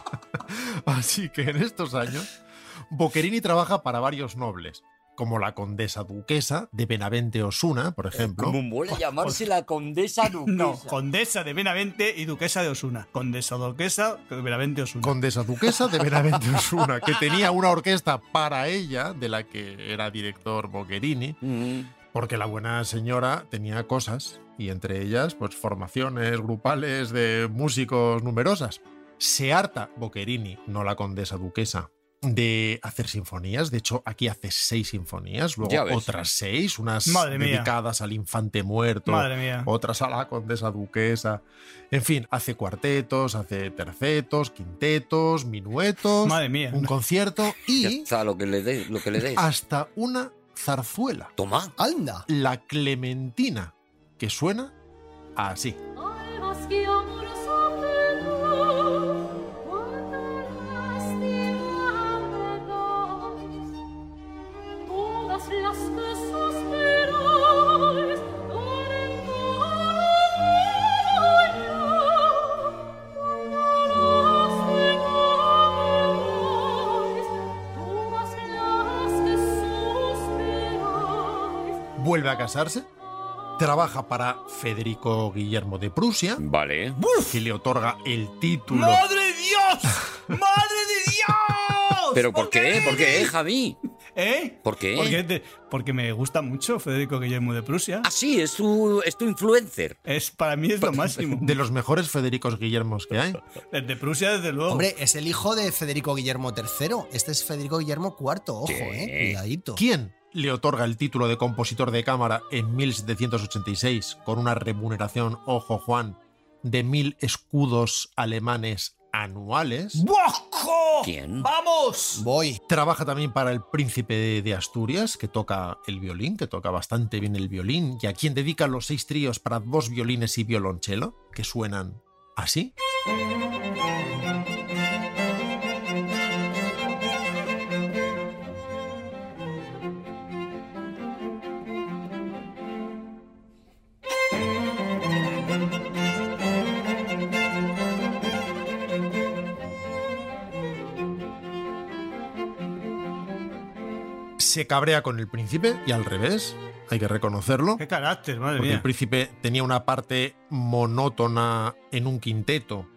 Así que en estos años, Boquerini trabaja para varios nobles, como la condesa duquesa de Benavente Osuna, por ejemplo. Como vuelve a llamarse la condesa duquesa. No, condesa de Benavente y duquesa de Osuna. Condesa duquesa de Benavente Osuna. Condesa duquesa de Benavente Osuna, que tenía una orquesta para ella, de la que era director Boquerini, Mm. porque la buena señora tenía cosas, y entre ellas, pues formaciones grupales de músicos numerosas. Se harta Boquerini, no la condesa duquesa, de hacer sinfonías. De hecho, aquí hace seis sinfonías, Ya luego ves. otras seis, unas Madre mía. dedicadas al infante muerto, Madre mía. otras a la condesa duquesa. En fin, hace cuartetos, hace tercetos, quintetos, minuetos, Madre mía. un concierto Ya y Ah, está, lo que le des. Lo que le des. hasta una zarzuela Toma. Anda. la Clementina, que suena así. Vuelve a casarse, trabaja para Federico Guillermo de Prusia, Vale. que le otorga el título. ¡Madre de Dios! ¡Madre de Dios! ¿Pero por qué? ¿Por qué, Javi? ¿Eh? ¿Por qué? Porque, te- porque me gusta mucho Federico Guillermo de Prusia. Ah, sí, es tu, es tu influencer. Es, para mí es lo máximo. De los mejores Federicos Guillermos que hay. El de Prusia, desde Oh. luego. Hombre, es el hijo de Federico Guillermo III. Este es Federico Guillermo IV, ojo, Sí. eh. Cuidadito. ¿Quién le otorga el título de compositor de cámara en 1786 con una remuneración, ojo Juan, de mil escudos alemanes anuales? ¡Bojo! ¿Quién? ¡Vamos! Voy. Trabaja también para el príncipe de- de Asturias, que toca el violín, que toca bastante bien el violín, y a quien dedica los seis tríos para dos violines y violonchelo, que suenan así. se cabrea con el príncipe y al revés, hay que reconocerlo. Qué carácter, madre Porque el mía. príncipe tenía una parte monótona en un quinteto,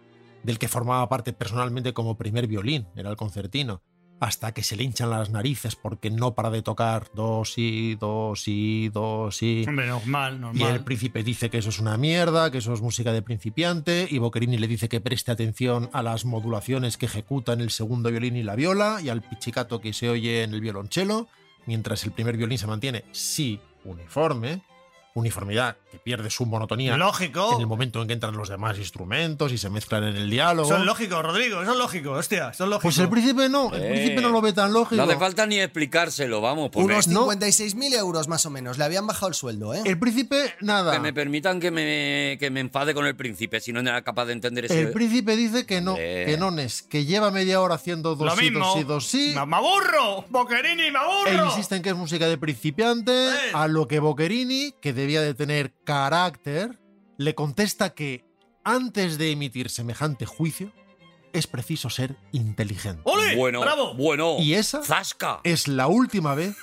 del que formaba parte personalmente como primer violín, era el concertino, hasta que se le hinchan las narices porque no para de tocar dos y dos y dos y. Hombre, normal, Y el normal. príncipe dice que eso es una mierda, que eso es música de principiante, y Boquerini le dice que preste atención a las modulaciones que ejecutan el segundo violín y la viola, y al pichicato que se oye en el violonchelo, mientras el primer violín se mantiene, sí, uniforme, uniformidad que pierde su monotonía en el Lógico. momento en que entran los demás instrumentos y se mezclan en el diálogo. Son lógicos, Rodrigo, son lógicos, hostia, son lógicos. Pues el príncipe no, el Eh, príncipe no lo ve tan lógico. No hace falta ni explicárselo, vamos. Porque Unos no. 56.000 euros más o menos. Le habían bajado el sueldo, ¿eh? El príncipe, nada. que me permitan que me, que me enfade con el príncipe, si no era capaz de entender eso. El príncipe dice que no, Hombre. que no es, que lleva media hora haciendo dos Lo sí, mismo. dos sí, dos sí. Me, me aburro, Boquerini, me E aburro. insisten que es música de principiante, Eh. a lo que Boquerini, que debía de tener carácter, le contesta que antes de emitir semejante juicio es preciso ser inteligente. ¡Ole! bueno, ¡Bravo! bueno. Y esa ¡Zasca! es la última vez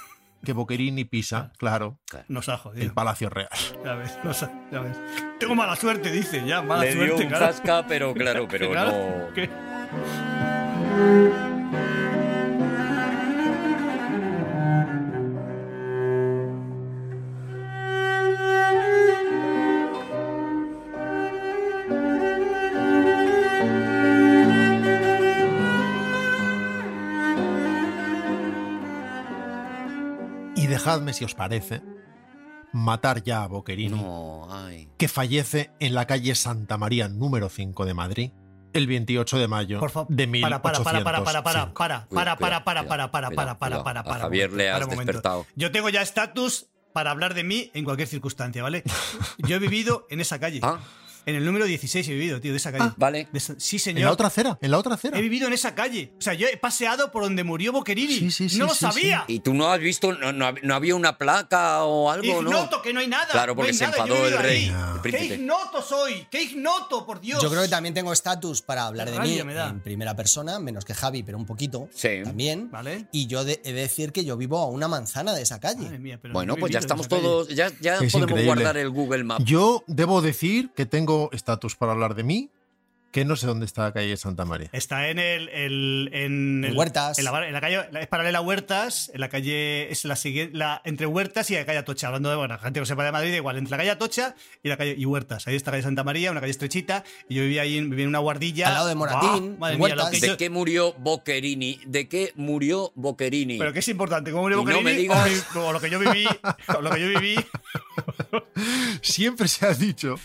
que Boquerini pisa, claro, Nos ha el jodido. Palacio Real. Ya ves, nos ha- ya ves. Tengo mala suerte, dice, ya, mala Le dio suerte, un claro. zasca, pero claro, pero Claro, no. que- Y dejadme, si os parece, matar ya a Boquerini. No, ay. que fallece en la calle Santa María número 5 de Madrid el 28 de mayo Por favor, de para, para, para, para, para, para, 1805. para, para, para, para, para, para, para, para, para, para. A Javier le Para has un momento. despertado. Yo tengo ya estatus para hablar de mí en cualquier circunstancia, ¿vale? Yo he vivido en esa calle. Ah, En el número 16 he vivido, tío, de esa calle. vale. De esa- sí, En la señor. otra acera, en la otra acera. He vivido en esa calle. O sea, yo he paseado por donde murió Boquerini. Sí, sí, sí, no lo sí, sabía. ¿Y tú no has visto, no, no hab- no había una placa o Y algo, no? Ignoto que no hay nada. Claro, porque no hay se nada, yo he enfadó vivido el rey, ahí. el ¡Qué príncipe. ignoto soy! ¡Qué ignoto, por Dios! Yo creo que también tengo estatus para hablar de mí Rabia me da. en primera persona, menos que Javi, pero un poquito Sí. también. Vale. Y yo de- he de decir que yo vivo a una manzana de esa Madre calle. mía, pero Bueno, no he pues ya vivido en estamos esa calle. todos, ya, ya Es podemos increíble. guardar el Google Maps. Yo debo decir que tengo estatus para hablar de mí, que no sé dónde está la calle Santa María. Está en el. el- en En el- Huertas. En la, bar- en la calle. la- es paralela a Huertas. En la calle. Es la siguiente. La, entre Huertas y la calle Atocha. Hablando de. Bueno, la gente que sepa de Madrid, da igual. Entre la calle Atocha y la calle. Y Huertas. Ahí está la calle Santa María, una calle estrechita. Y yo vivía ahí en, vivía en una guardilla. Al lado de Moratín, ¡Buah! Madre en mía, lo Huertas. que ¿De yo- qué murió Boquerini? ¿De qué murió Boquerini? Pero que es importante, como murió Y no Boquerini, me digas- o, mi- o lo que yo viví, o lo que yo viví, Siempre se ha dicho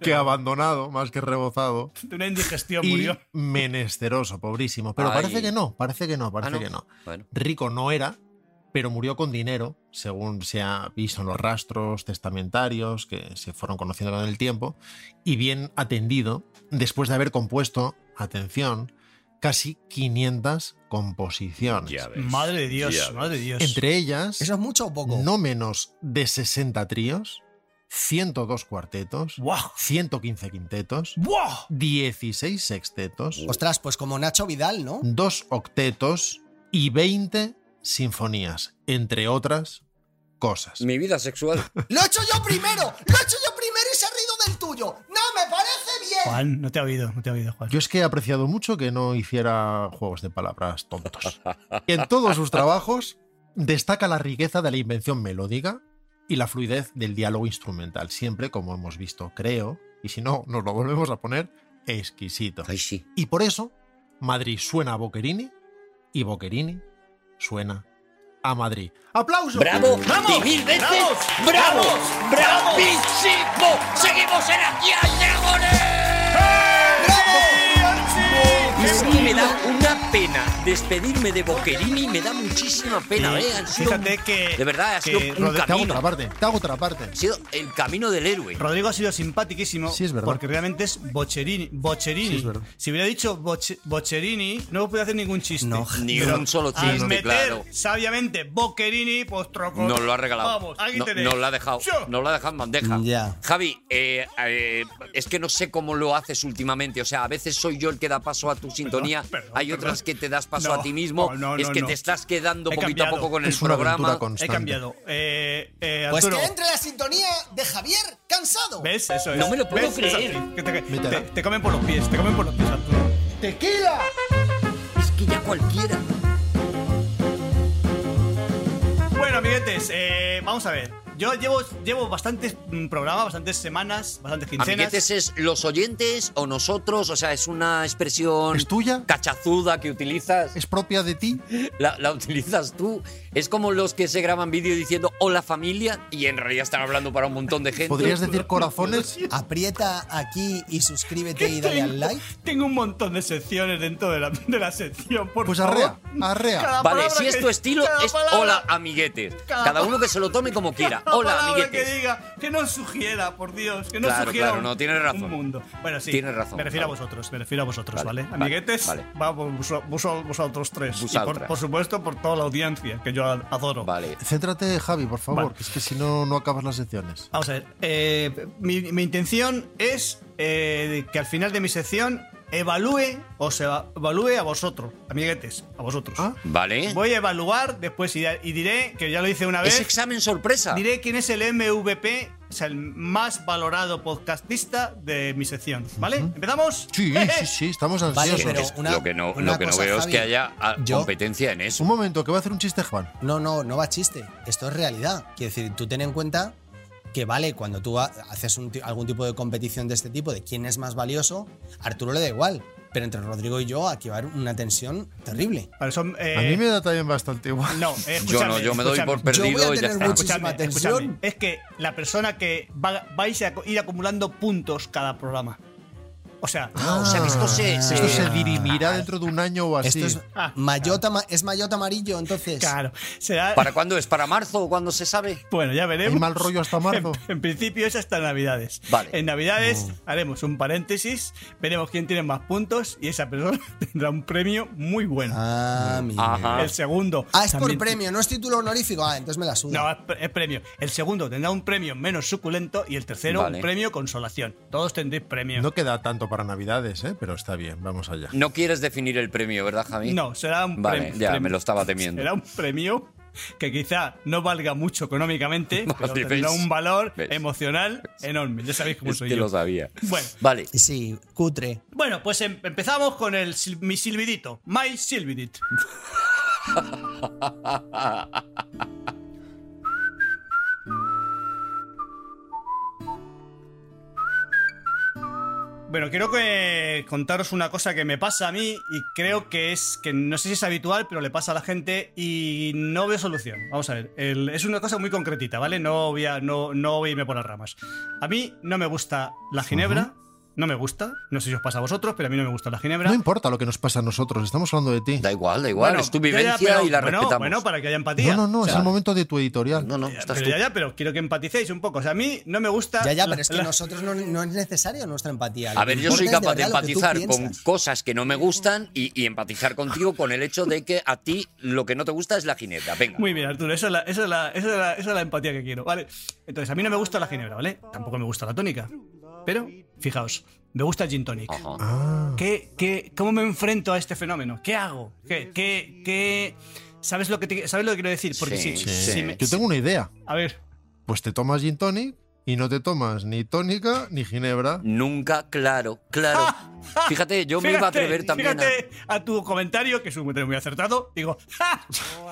que abandonado, más que rebozado, de una indigestión y murió. menesteroso, pobrísimo. Pero Ay. parece que no, parece que no, Ah, parece ¿no? que no. Bueno. rico no era, pero murió con dinero, según se ha visto en los rastros testamentarios que se fueron conociendo con el tiempo, y bien atendido después de haber compuesto, atención, casi 500 composiciones. pues, Ya ves. Madre de Dios, Ya ves. madre de Dios. Entre ellas, ¿Eso es mucho o poco? no menos de 60 tríos, 102 cuartetos, ¡Buah! 115 quintetos, ¡Buah! 16 sextetos, Ostras, pues como Nacho Vidal, ¿no? dos octetos y 20 sinfonías, entre otras cosas. Mi vida sexual. ¡Lo he hecho yo primero! ¡Lo he hecho yo primero y se ha reído del tuyo! ¡No me parece bien! Juan, no te ha oído, no te ha oído, Juan. Yo es que he apreciado mucho que no hiciera juegos de palabras tontos. En todos sus trabajos destaca la riqueza de la invención melódica y la fluidez del diálogo instrumental, siempre como hemos visto, creo, y si no, nos lo volvemos a poner, exquisito. Ay, sí. Y por eso, Madrid suena a Boquerini y Boquerini suena a Madrid. ¡Aplauso! ¡Bravo! ¡Vamos! ¡Y mil veces! ¡Vamos! ¡Bravo! ¡Vamos! ¡Bravísimo! ¡Seguimos en Aquí hay Dragones! Es que me da una pena despedirme de Boquerini, me da muchísima pena, Sí, ¿eh? Han sido fíjate un- que- De verdad, ha sido que un Rodri- te hago otra camino. parte, te hago otra parte. Ha sido el camino del héroe. Rodrigo ha sido simpaticísimo. Sí, es verdad. Porque realmente es Bocherini. Bocherini. Sí, es verdad. Si hubiera dicho Boche- Bocherini, no podía hacer ningún chiste. No, Ni Pero un solo al chiste, meter claro. sabiamente Bocherini, pues troco. Nos lo ha regalado. Vamos, aquí no, tenéis. Nos lo ha dejado. Yo. Nos lo ha dejado en bandeja. Ya. Javi, eh, eh, es que no sé cómo lo haces últimamente. O sea, a veces soy yo el que da paso a tu tu sintonía. perdón, Hay perdón. otras que te das paso No, a ti mismo. no, no, es no, que no. te estás quedando He poquito cambiado. a poco con el Es una programa. aventura constante. He cambiado. Eh, eh, Pues Arturo, que entre la sintonía de Javier Cansado. ¿Ves? Eso es. No me lo puedo ¿Ves? Es creer. así, que te, Vete a te- la- te comen por los pies, te comen por los pies, Arturo. ¡Tequila! Es que ya cualquiera. Bueno, amiguetes, eh, vamos a ver. Yo llevo, llevo bastantes mm, programas, bastantes semanas, bastantes quincenas. Amiguetes es los oyentes o nosotros, o sea, es una expresión ¿Es tuya? cachazuda que utilizas, ¿Es propia de ti? la, la utilizas tú. Es como los que se graban vídeo diciendo hola familia y en realidad están hablando para un montón de gente. ¿Podrías decir corazones? Ah, Aprieta aquí y suscríbete y dale al like. Tengo un montón de secciones dentro de la, de la sección, por Pues favor. arrea, arrea. Cada Vale, palabra si es que- tu estilo, cada es palabra- hola amiguetes. cada Cada uno que se lo tome como quiera. cada Hola palabra que amiguetes. diga, que no sugiera, por Dios, que no Claro, sugiera claro, un- no, tienes razón. un mundo. Bueno, sí, Tienes razón, me refiero vale. a vosotros, me refiero a vosotros, Vale, ¿vale? vale, Amiguetes, vale. vamos, vos- vos- vosotros tres. Y por, Vosotras. por supuesto, por toda la audiencia, que yo a- adoro. Vale. Céntrate, Javi, por favor, Vale. que es que si no, no acabas las secciones. Ah. Vamos a ver, eh, mi, mi intención es eh, que al final de mi sección evalúe, o sea, evalúe a vosotros, amiguetes, a vosotros. Ah. Vale. Voy a evaluar después y, y diré, que ya lo hice una vez, Es examen sorpresa. diré quién es el MVP, o sea, el más valorado podcastista de mi sección, ¿vale? ¿Empezamos? Sí, ¡Eh, eh! sí, sí, estamos Que Vale, ansiosos. pero es- una- lo que no, una lo que no cosa, veo es Javi. que haya ah, Yo- competencia en Un eso. momento, que va a hacer un chiste, Juan. No, no, no va chiste. Esto es realidad. Quiero decir, tú ten en cuenta que vale, cuando tú ha- haces un ti- algún tipo de competición de este tipo, de quién es más valioso, a Arturo le da igual. Pero entre Rodrigo y yo aquí va a haber una tensión terrible. Vale, son, eh, A mí me da también bastante igual. No, eh, Yo no, escúchame, yo me doy escúchame. por perdido Yo voy y a ya tener está. muchísima Ah, Escuchadme, tensión. escuchadme. Es que la persona que va- vais a ir acumulando puntos cada programa. O sea, Ah, O sea, que esto se- Ah. se- Esto se dirimirá dentro de un año o así. Esto es, Ah, mayota, ma- es mayota amarillo, entonces. claro, será. ¿Para cuándo es? ¿Para marzo o cuándo se sabe? Bueno, ya veremos. Hay mal rollo hasta marzo. En, en principio es hasta Navidades. Vale. En Navidades haremos un paréntesis, veremos quién tiene más puntos y esa persona tendrá un premio muy bueno. Ah, mira. Ajá. El segundo. Ah, es por también- premio, no es título honorífico. Ah, entonces me la suda. No, es, pre- es premio. El segundo tendrá un premio menos suculento y el tercero Vale. un premio consolación. Todos tendréis premios. No queda tanto para Navidades, ¿eh? pero está bien, vamos allá. No quieres definir el premio, ¿verdad, Javi? No, será un Vale, premio. ya, premio. me lo estaba temiendo. Será un premio que quizá no valga mucho económicamente, pero Vale, tendrá ves. un valor Ves. emocional enorme. Ya sabéis cómo Es soy que yo. lo sabía. Bueno, Vale. Sí, cutre. bueno, pues em- empezamos con el sil- mi silbidito. My silbidit. Bueno, quiero que contaros una cosa que me pasa a mí y creo que es que no sé si es habitual, pero le pasa a la gente y no veo solución. Vamos a ver, el- es una cosa muy concretita, ¿vale? No voy, a, no, no voy a irme por las ramas. A mí no me gusta la ginebra, no me gusta, no sé si os pasa a vosotros, pero a mí no me gusta la ginebra. No importa lo que nos pasa a nosotros, estamos hablando de ti. Da igual, da igual. Bueno, es tu ya, ya, vivencia pero- y la bueno, respetamos. Bueno, para que haya empatía. No, no, no, es Claro. el momento de tu editorial. No, no, estás Pero tú. ya, ya, pero quiero que empaticéis un poco. O sea, a mí no me gusta. Ya, ya, la- pero es que la- nosotros no, no es necesario nuestra empatía. Lo A ver, que yo soy importa capaz es de verdad lo que tú empatizar con piensas. cosas que no me gustan y, y empatizar contigo con el hecho de que a ti lo que no te gusta es la ginebra. Venga. Muy bien, Arturo, esa es, la, esa, es la, esa es la- esa es la empatía que quiero, ¿vale? Entonces, a mí no me gusta la ginebra, ¿vale? Tampoco me gusta la tónica. Pero, fijaos, me gusta el gin tonic. Ajá. Ah, ¿Qué, qué, ¿Cómo me enfrento a este fenómeno? ¿Qué hago? ¿Qué, qué, qué- ¿Sabes, lo que te- ¿Sabes lo que quiero decir? Porque Sí, si- sí. si me- yo tengo una idea. A ver, Pues te tomas gin tonic y no te tomas ni tónica ni ginebra. Nunca, claro, claro. Fíjate, yo me iba a fíjate, atrever también a. fíjate a... tu comentario, que es un comentario muy acertado. Digo, ¡ja!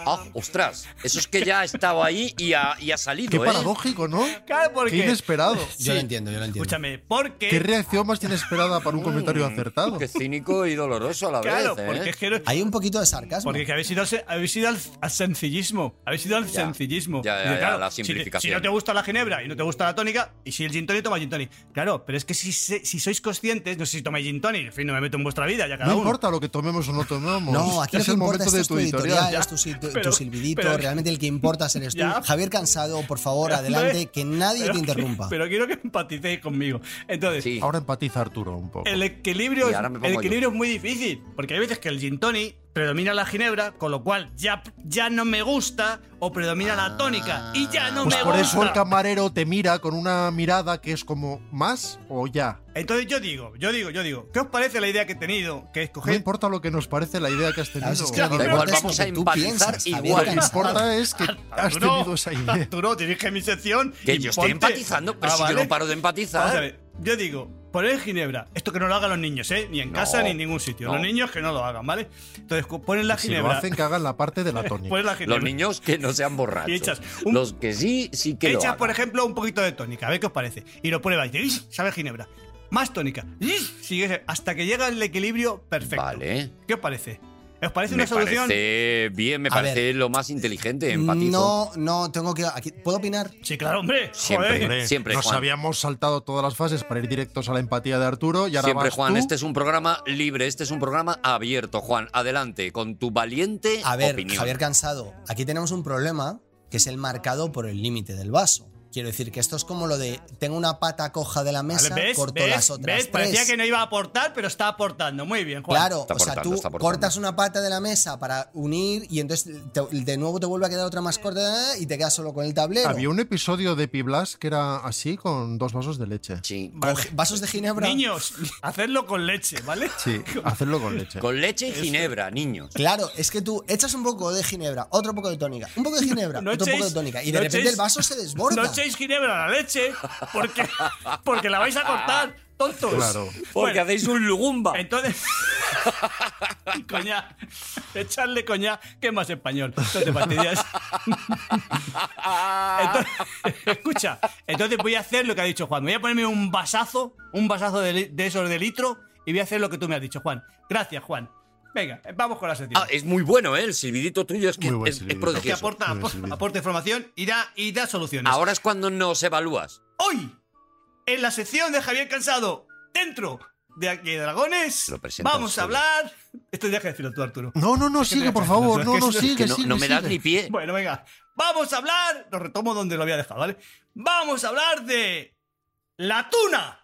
Ah, ostras, eso es que ya ha estado ahí y ha, y ha salido, Qué ¿eh? paradójico, ¿no? Claro, porque- Qué inesperado. Yo lo entiendo, yo lo entiendo. Escúchame, porque... Qué reacción más inesperada para un comentario acertado. Qué cínico y doloroso a la Claro, vez, ¿eh? porque es que no- Hay un poquito de sarcasmo. Porque que habéis ido, al se- habéis ido al, al sencillismo. Habéis ido al Ya. sencillismo. Ya, ya, Y dice, ya, la si te- Si, simplificación. no te gusta la ginebra y no te gusta la tónica, y si el gin tonic, toma gin tonic. Claro, pero es que si, se- si sois conscientes, no sé si tomáis gin tonic, en fin, no me meto en vuestra vida, ya cada No uno. importa lo que tomemos o no tomemos. No, aquí lo es que el momento importa esto de es tu tu editorial. editorial, es tu, si- tu- Pero- tu silbidito, pero- realmente el que importa eres tú. Ya. Javier Cansado, por favor, adelante, que nadie Pero te que- interrumpa. pero quiero que empaticéis conmigo. Entonces, Sí. Ahora empatiza Arturo un poco. el equilibrio, Y es, ahora me pongo el yo. equilibrio es muy difícil, porque hay veces que el gin tonic predomina la ginebra, con lo cual ya, ya no me gusta, o predomina la tónica y ya no Pues me por gusta. eso el camarero te mira con una mirada que es como más o ya. Entonces yo digo, yo digo, yo digo, ¿qué os parece la idea que he tenido? Que No escoger importa lo que nos parece la idea que has tenido. Claro, Ah, es que lo que Da importa igual, es lo vamos que a tú empatizar piensas, Javier igual. Lo que Cansado. importa es que has Arturo, tenido esa idea. Arturo, dirige mi sección. Que yo estoy ponte- empatizando, pero Ah, si yo vale. no paro de Vamos a empatizar. ver, yo digo, poner ginebra. Esto que no lo hagan los niños, ¿eh? Ni en No, casa ni en ningún sitio. no. Los niños que no lo hagan, ¿vale? Entonces cu- ponen la Si lo ginebra. hacen, que hagan la parte de la tónica. ponen la ginebra. Los niños que no sean borrachos. Y echas un- Los que sí, sí que lo Echas, por hagan. ejemplo, un poquito de tónica, a ver qué os parece. Y lo pruebas y dices, "Ish, sabe a ginebra. Más tónica. Ish, sigue hasta que llega el equilibrio perfecto. Vale. ¿Qué os parece? ¿Os parece me una solución? parece bien, me A parece ver. lo más inteligente, empatizo. No, no, tengo que. Aquí, ¿Puedo opinar? Sí, claro, hombre. Siempre. Joder. Hombre, siempre, nos Juan. habíamos saltado todas las fases para ir directos a la empatía de Arturo y ahora Siempre, vas Juan, tú. este es un programa libre, este es un programa abierto, Juan. Adelante, con tu valiente A ver, opinión. Javier Cansado, aquí tenemos un problema que es el marcado por el límite del vaso. Quiero decir que esto es como lo de tengo una pata coja de la mesa, Vale, ¿ves? corto ¿ves? las otras ¿ves? tres. Parecía que no iba a aportar, pero está aportando. Muy bien, Juan. Claro, Está o sea, aportando, tú está aportando. cortas una pata de la mesa para unir y entonces te- de nuevo te vuelve a quedar otra más corta y te quedas solo con el tablero. Había un episodio de Piblas que era así con dos vasos de leche. Sí. Coge- Vasos de ginebra. Niños, hacedlo con leche, ¿vale? Sí, hacerlo con leche. Con leche y ginebra, niños. Claro, es que tú echas un poco de ginebra, otro poco de tónica, un poco de ginebra, otro echéis- poco de tónica y de no repente echéis- el vaso se desborda. No echéis ginebra a la leche porque, porque la vais a cortar, tontos. Claro. Porque Bueno, hacéis un lugumba. entonces. coña. Echarle coña, que es más español. No te fastidias. Entonces- escucha, entonces voy a hacer lo que ha dicho Juan. Voy a ponerme un vasazo, un vasazo de, li- de esos de litro y voy a hacer lo que tú me has dicho, Juan. Gracias, Juan. Venga, vamos con la sección. Ah, es muy bueno, ¿eh? El silbidito tuyo es, que Muy buen es- es silbidito. que prodigioso. aporta, Muy bien, aporta, Silvia. aporta información y da, y da soluciones. Ahora es cuando nos evalúas. Hoy, en la sección de Javier Cansado, dentro de Aquí hay Dragones, Lo presentas vamos a tú. hablar. Esto tienes que decirlo tú, Arturo. No, no, no, sigue, por favor. No, no, sigue, Que no, sigue, no me das sigue. ni pie. Bueno, venga, vamos a hablar. Lo retomo donde lo había dejado, ¿vale? Vamos a hablar de. La tuna.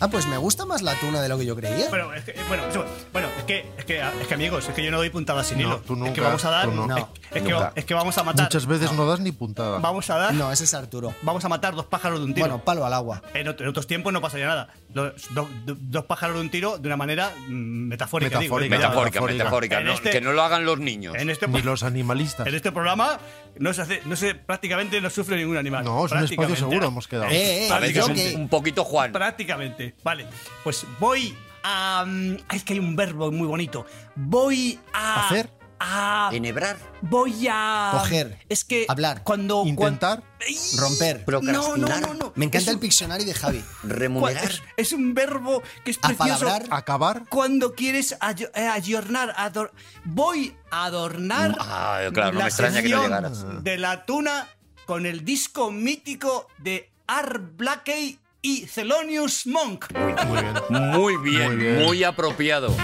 Ah, pues me gusta más la tuna de lo que yo creía. Bueno, es que, bueno, eso- bueno, es que, es que, es que, amigos, es que yo no doy puntadas sin No, hilo. tú es que nunca, vamos a dar, tú no. es- es, que, Nunca. es que vamos a matar, Muchas veces no das ni puntada. vamos a dar, No, ese es Arturo. vamos a matar dos pájaros de un tiro. Bueno, palo al agua. En, ot- en otros tiempos no pasaría nada. Los do- do- dos pájaros de un tiro de una manera mm, metafórica. digo, Metafórica. ¿eh? Metafórica, metafórica. metafórica. En no- este- Que no lo hagan los niños. En este, Ni pro- los animalistas. en este programa no se hace, no se, prácticamente no sufre ningún animal. No, es un espacio Prácticamente. seguro, hemos quedado. este Eh, eh, A veces yo un, que- un poquito Juan. Prácticamente. Vale. Pues voy a. mm, Es que hay un verbo muy bonito. Voy a. Hacer. A. Enhebrar. Voy a. Coger. Es que. Hablar. Cuando. cuan- Intentar. ¡Ey! Romper. No, no, no, no. Me encanta Es el Pictionary de Javi. un- Remunerar. es- Es un verbo que es precioso. Apalabrar. Acabar. cuando quieres ayo- eh, ayornar, ador- voy a adornar Ah, claro, no la me extraña que no sección llegaras. de la tuna con el disco mítico de Art Blakey y Thelonious Monk. Muy bien. Muy bien, muy Muy bien. apropiado.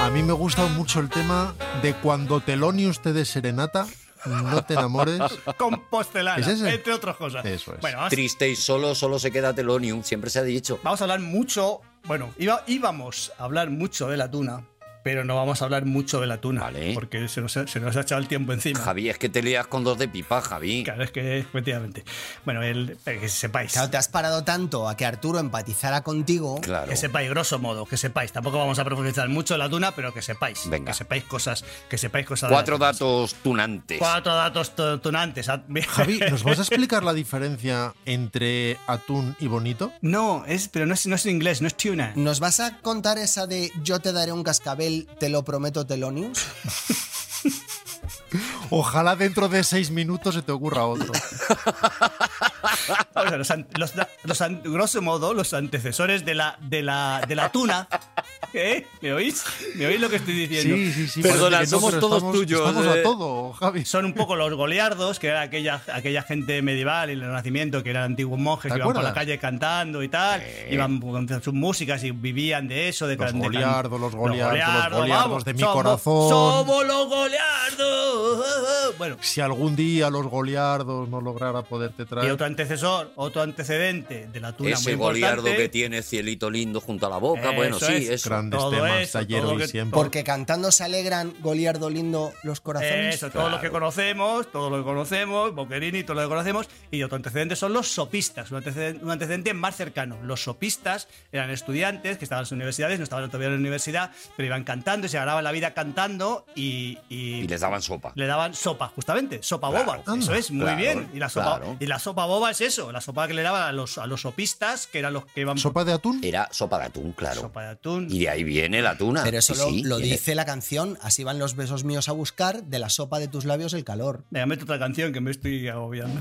A mí me gusta mucho el tema de cuando Telonius te dé serenata, no te enamores. Con postelana, ¿Es ese? entre otras cosas. Eso es. Bueno, vamos, Triste y solo, solo se queda Telonium, siempre se ha dicho. vamos a hablar mucho. Bueno, iba- íbamos a hablar mucho de la tuna, pero no vamos a hablar mucho de la tuna. Vale. Porque se nos, ha, se nos ha echado el tiempo encima. Javi, es que te lías con dos de pipa, Javi. Claro, es que efectivamente. Bueno, el, eh, que sepáis. Claro, te has parado tanto a que Arturo empatizara contigo. Claro. Que sepáis, grosso modo, que sepáis. Tampoco vamos a profundizar mucho en la tuna, pero que sepáis. Venga. Que sepáis cosas. Que sepáis cosas. de la Cuatro tuna. datos tunantes. Cuatro datos tu- tunantes. Ah, bien. Javi, ¿nos vas a explicar la diferencia entre atún y bonito? No, es, pero no es, no es en inglés, no es tuna. ¿Nos vas a contar esa de yo te daré un cascabel, te lo prometo, Telonius? Ojalá dentro de seis minutos se te ocurra otro. O sea, los, an- los da- los an- grosso modo, los antecesores de la, de la, de la tuna ¿Eh? ¿Me oís? ¿Me oís lo que estoy diciendo? Sí, sí, sí. Perdona, parece que somos pero todos estamos- tuyos, Estamos eh. a todo, Javi. Son un poco los goleardos, que era aquella, aquella gente medieval y el Renacimiento, que eran antiguos monjes ¿Te que iban por la acuerdas? calle cantando y tal, iban con sus músicas y vivían de eso, de Los can- de can- goleardos, los goleardos, los goleardos, goleardos vamos, de mi somos- corazón. Somos los goleardos. Bueno, Si algún día los goleardos no lograra poderte y traer. otro antecesor, otro antecedente de la tuya Ese muy importante. goliardo que tiene cielito lindo junto a la boca. bueno, Eso sí, es. eso. Grandes todo temas eso, de ayer, todo hoy, que- siempre. Porque cantando se alegran Goliardo lindo los corazones. Eso, todo lo que conocemos, todo lo que conocemos, Boquerini, todo lo que conocemos, y otro antecedente son los sopistas, un antecedente, un antecedente más cercano. Los sopistas eran estudiantes que estaban en las universidades, no estaban todavía en la universidad, pero iban cantando y se ganaban la vida cantando y, y Y les daban sopa. le daban sopa, justamente, sopa boba. anda, eso es, muy claro, bien. Y la, sopa, claro. y la sopa boba es eso, la sopa que le daban a los, a los sopistas, que eran los que iban ¿Sopa de atún? Era sopa de atún, claro. sopa de atún. Y de ahí viene la tuna. Pero eso Ah, Sí, lo, sí, eh. lo viene- dice la canción. Así van los besos míos a buscar de la sopa de tus labios el calor. Venga, mete otra canción que me estoy agobiando.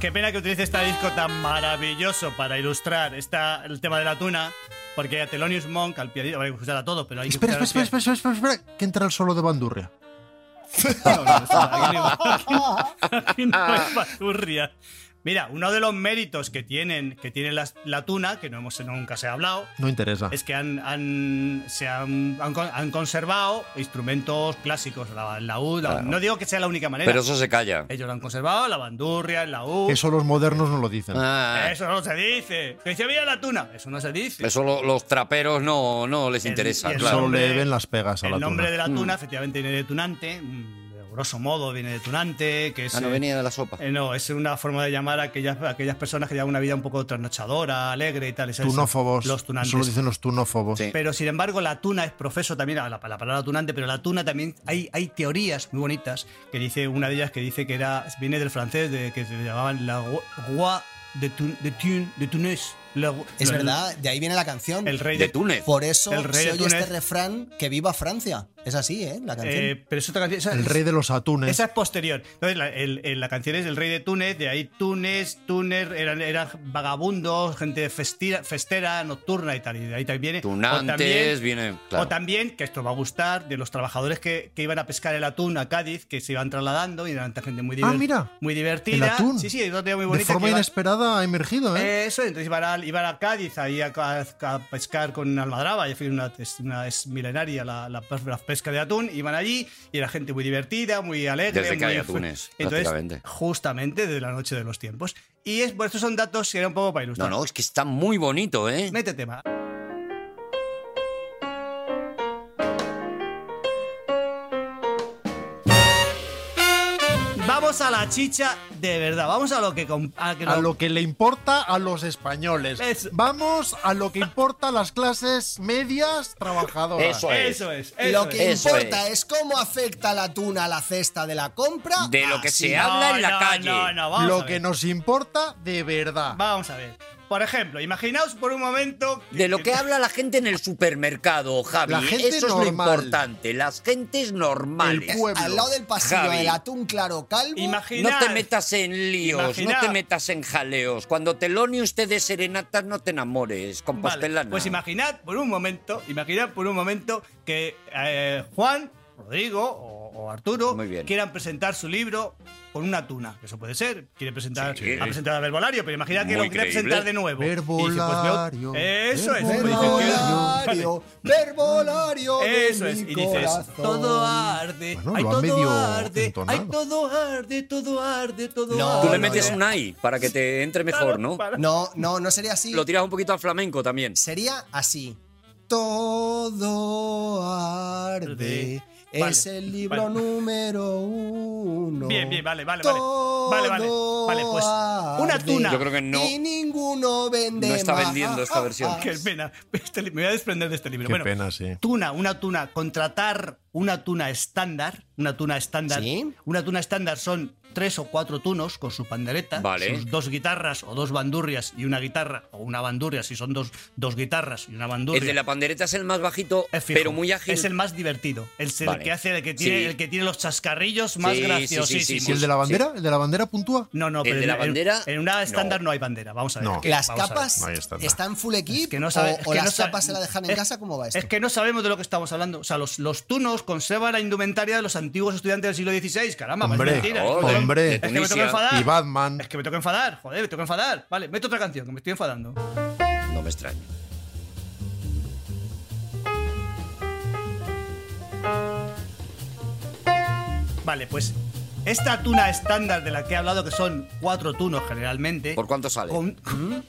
Qué pena que utilice este disco tan maravilloso para ilustrar esta, el tema de la tuna, porque a Thelonious Monk, al pianista, hay que escuchar a todo, pero hay que Espera, espera, escuchar espera, al espera, espera, espera, que entra el solo de bandurria. Aquí no es bandurria. Mira, uno de los méritos que tienen, que tiene las- la tuna, que no hemos, nunca se ha hablado, No interesa. es que han, han- se han, han con- han conservado instrumentos clásicos, la, la laúd, la- Claro. No digo que sea la única manera. Pero eso se calla. Ellos lo han conservado, la bandurria, el laúd. Eso los modernos no lo dicen. Ah, Eso no se dice. Que dice, mira la tuna. Eso no se dice. eso lo- los traperos no, no les El- interesa, y el claro. Solo nombre- le ven las pegas a el la nombre tuna. de la tuna, Mm. efectivamente, viene de tunante. mm, de Grosso modo, viene de tunante. Que es, Ah, no eh, venía de la sopa. Eh, no, es una forma de llamar a aquellas, a aquellas personas que llevan una vida un poco trasnochadora, alegre y tal. es eso. Tunófobos. Los tunantes. Eso lo dicen los tunófobos. Sí. Pero sin embargo, la tuna es profeso también, la, la palabra tunante, pero la tuna también hay, hay teorías muy bonitas que dice, una de ellas que dice que era, viene del francés, de, que se llamaban la roi roi de, Tun- de, Tun- de Túnez. La- Es la- verdad, de ahí viene la canción. El rey De Túnez. Por eso el rey se de oye Túnez. este refrán que viva Francia. Es así, ¿eh? La canción. Eh, pero es otra canción. esa- El rey de los atunes. Esa es posterior. Entonces, la, el- el- la canción es El Rey de Túnez, de ahí Túnez, Túnez, eran, eran vagabundos, gente festira- festera, nocturna y tal. Y de ahí también viene. o Tunantes, también- viene. Claro. O también, que esto va a gustar, de los trabajadores que, que iban a pescar el atún a Cádiz, que se iban trasladando y eran gente muy, Ah, diver- mira. muy divertida. El atún. Sí, sí, hay una teoría muy De bonita. forma que iban- inesperada ha emergido, ¿eh? eso, entonces iban a, iban a Cádiz ahí a, a- a pescar con almadraba, y en fin, una, es, una- es milenaria la, la pes- la pesca de atún, iban allí y era gente muy divertida, muy alegre. Desde que muy hay fu- atunes, Entonces, prácticamente. justamente desde la noche de los tiempos. Y es, bueno, estos son datos que era un poco para No, ilustrar. no, es que está muy bonito, ¿eh? Mete tema. Vamos a la chicha de verdad, vamos a lo que, com- a que A Eh, lo- lo que le importa a los españoles. Eso. Vamos a lo que importa a las clases medias trabajadoras. Eso es. Eso es, eso lo es. que Eso importa es. es. cómo afecta la tuna a la cesta de la compra. De lo que Así. se habla en la no, calle. no, no, vamos a lo ver. que nos importa de verdad. Vamos a ver. Por ejemplo, imaginaos por un momento. De lo que habla la gente en el supermercado, Javi. La gente Eso es normal. lo importante. Las gentes normales. El pueblo. Al lado del pasillo Javi. del atún claro calvo. Imaginaos. No te metas en líos, Imaginad. no te metas en jaleos. Cuando Teloni usted de serenatas, no te enamores. Con Vale, pues imaginad por un momento, imaginad por un momento que eh, Juan, Rodrigo o, o Arturo Muy bien. quieran presentar su libro con una tuna. Eso puede ser. Quiere presentar, Sí. ha presentado a Verbolario, pero imaginad que Muy lo quiere creíble. presentar de nuevo. Y dice, pues, veo- Verbolario, Eso es. Verbolario. Pues dice, ¿qué- Verbolario, verbolario. de Eso mi es, y dices, corazón. todo arde, Bueno, ay, lo han todo medio arde, entonado. ay, todo arde, todo arde, todo No, arde. Tú le no, metes no. un ay para que te entre mejor, ¿no? No, no, no sería así. Lo tiras un poquito al flamenco también. Sería así. Todo arde. Vale, es el libro vale. número uno. Bien, bien, vale, vale, vale. Vale, vale. Vale, pues, una arde, tuna. Yo creo que no- Y ninguno vende. no está más. Ah, vendiendo esta versión. Qué pena. Este li- me voy a desprender de este libro. Qué bueno, pena, sí. tuna, una tuna, contratar una tuna estándar, una tuna estándar, Sí. una tuna estándar son tres o cuatro tunos con su pandereta, Vale. sus dos guitarras o dos bandurrias y una guitarra, o una bandurria si son dos, dos guitarras y una bandurria. El de la pandereta es el más bajito, Es fijo. pero muy ágil. Es el más divertido. Es el Vale. que hace el que tiene, Sí. el que tiene los chascarrillos más Sí, sí, sí, sí, sí, graciosísimos. Pues sí, ¿Y el de la bandera? ¿El de la bandera puntúa? No, no, ¿El pero de en- la en- bandera? En, una No. estándar no. hay bandera. Vamos a ver. No. ¿qué? ¿Las Vamos a ver. capas no hay estándar. están full equip Es que no sabe- o- es o, que las no sabe- capas se la dejan en es- casa? ¿Cómo va esto? Es que no sabemos de lo que estamos hablando. O sea, los, los tunos conservan la indumentaria de los antiguos estudiantes del siglo XVI. Caramba, parece Hombre, mentira. claro, Es que- hombre. Es que me tengo que Tunisia. enfadar. Y Batman. Es que me tengo que enfadar. Joder, me tengo que enfadar. Vale, meto otra canción, que me estoy enfadando. No me extraña. Vale, pues esta tuna estándar de la que he hablado, que son cuatro tunos generalmente. ¿Por cuánto sale? con-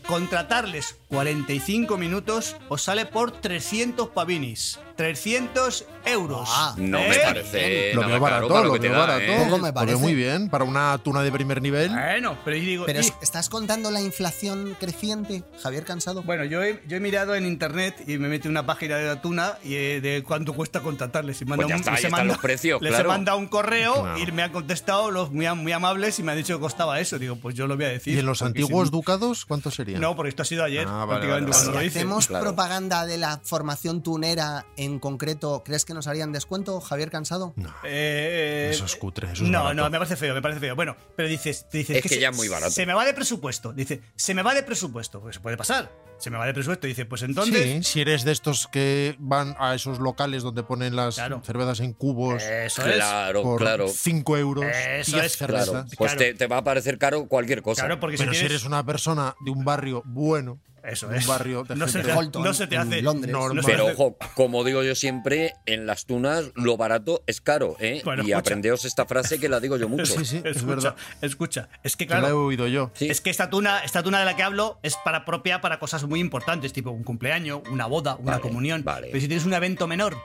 contratarles 45 minutos os sale por 300 pavinis. 300 euros. Ah, No ¿Eh? me parece. lo no veo me- claro, barato, para lo, que te veo da, barato. ¿eh? Poco me Lo veo parece. muy bien para una tuna de primer nivel. Bueno, pero yo digo. Pero y- es- ¿estás contando la inflación creciente, Javier Cansado? Bueno, yo he, yo he mirado en internet y me metí en una página de la tuna y eh, de cuánto cuesta contratarles. Y manda Pues ya un- está, les ahí he están manda- los precios, Les claro. he mandado un correo Claro. y me han contestado los muy, am- muy amables y me han dicho que costaba eso. Digo, pues yo lo voy a decir. ¿Y en los porque si antiguos no- ducados cuántos serían? No, porque esto ha sido ayer, Ah, vale, prácticamente, vale, cuando Si lo hice. hacemos claro. propaganda de la formación tunera en concreto, ¿crees que nos harían descuento, Javier Cansado? Eh, Eso es cutre, eso es No, barato. no, me parece feo, me parece feo. Bueno, pero dices, te dices Es que se- ya es muy barato. Se me va de presupuesto. Dice, se me va de presupuesto. Pues puede pasar. Se me va de presupuesto. Dice, pues entonces. Sí, si eres de estos que van a esos locales donde ponen las Claro. cervezas en cubos Eso es. Claro, por claro. 5 euros, Eso 10 es, cervezas. Claro. Pues Claro. Te, te va a parecer caro cualquier cosa. Claro, porque Pero si, si, tienes- eres una persona de un barrio bueno, Eso de un es. barrio de no, se gente te, Holton, no se te en hace. Londres. no se te Pero hace- ojo, como digo yo siempre, en las tunas lo barato es caro, ¿eh? Bueno, y escucha. aprendeos esta frase que la digo yo mucho. Sí, sí, es escucha, verdad. Escucha, es que que la he claro. oído yo. Sí. Es que esta tuna, esta tuna de la que hablo es para propia para cosas muy importantes, tipo un cumpleaños, una boda, una Vale, comunión. vale. Pero si tienes un evento menor,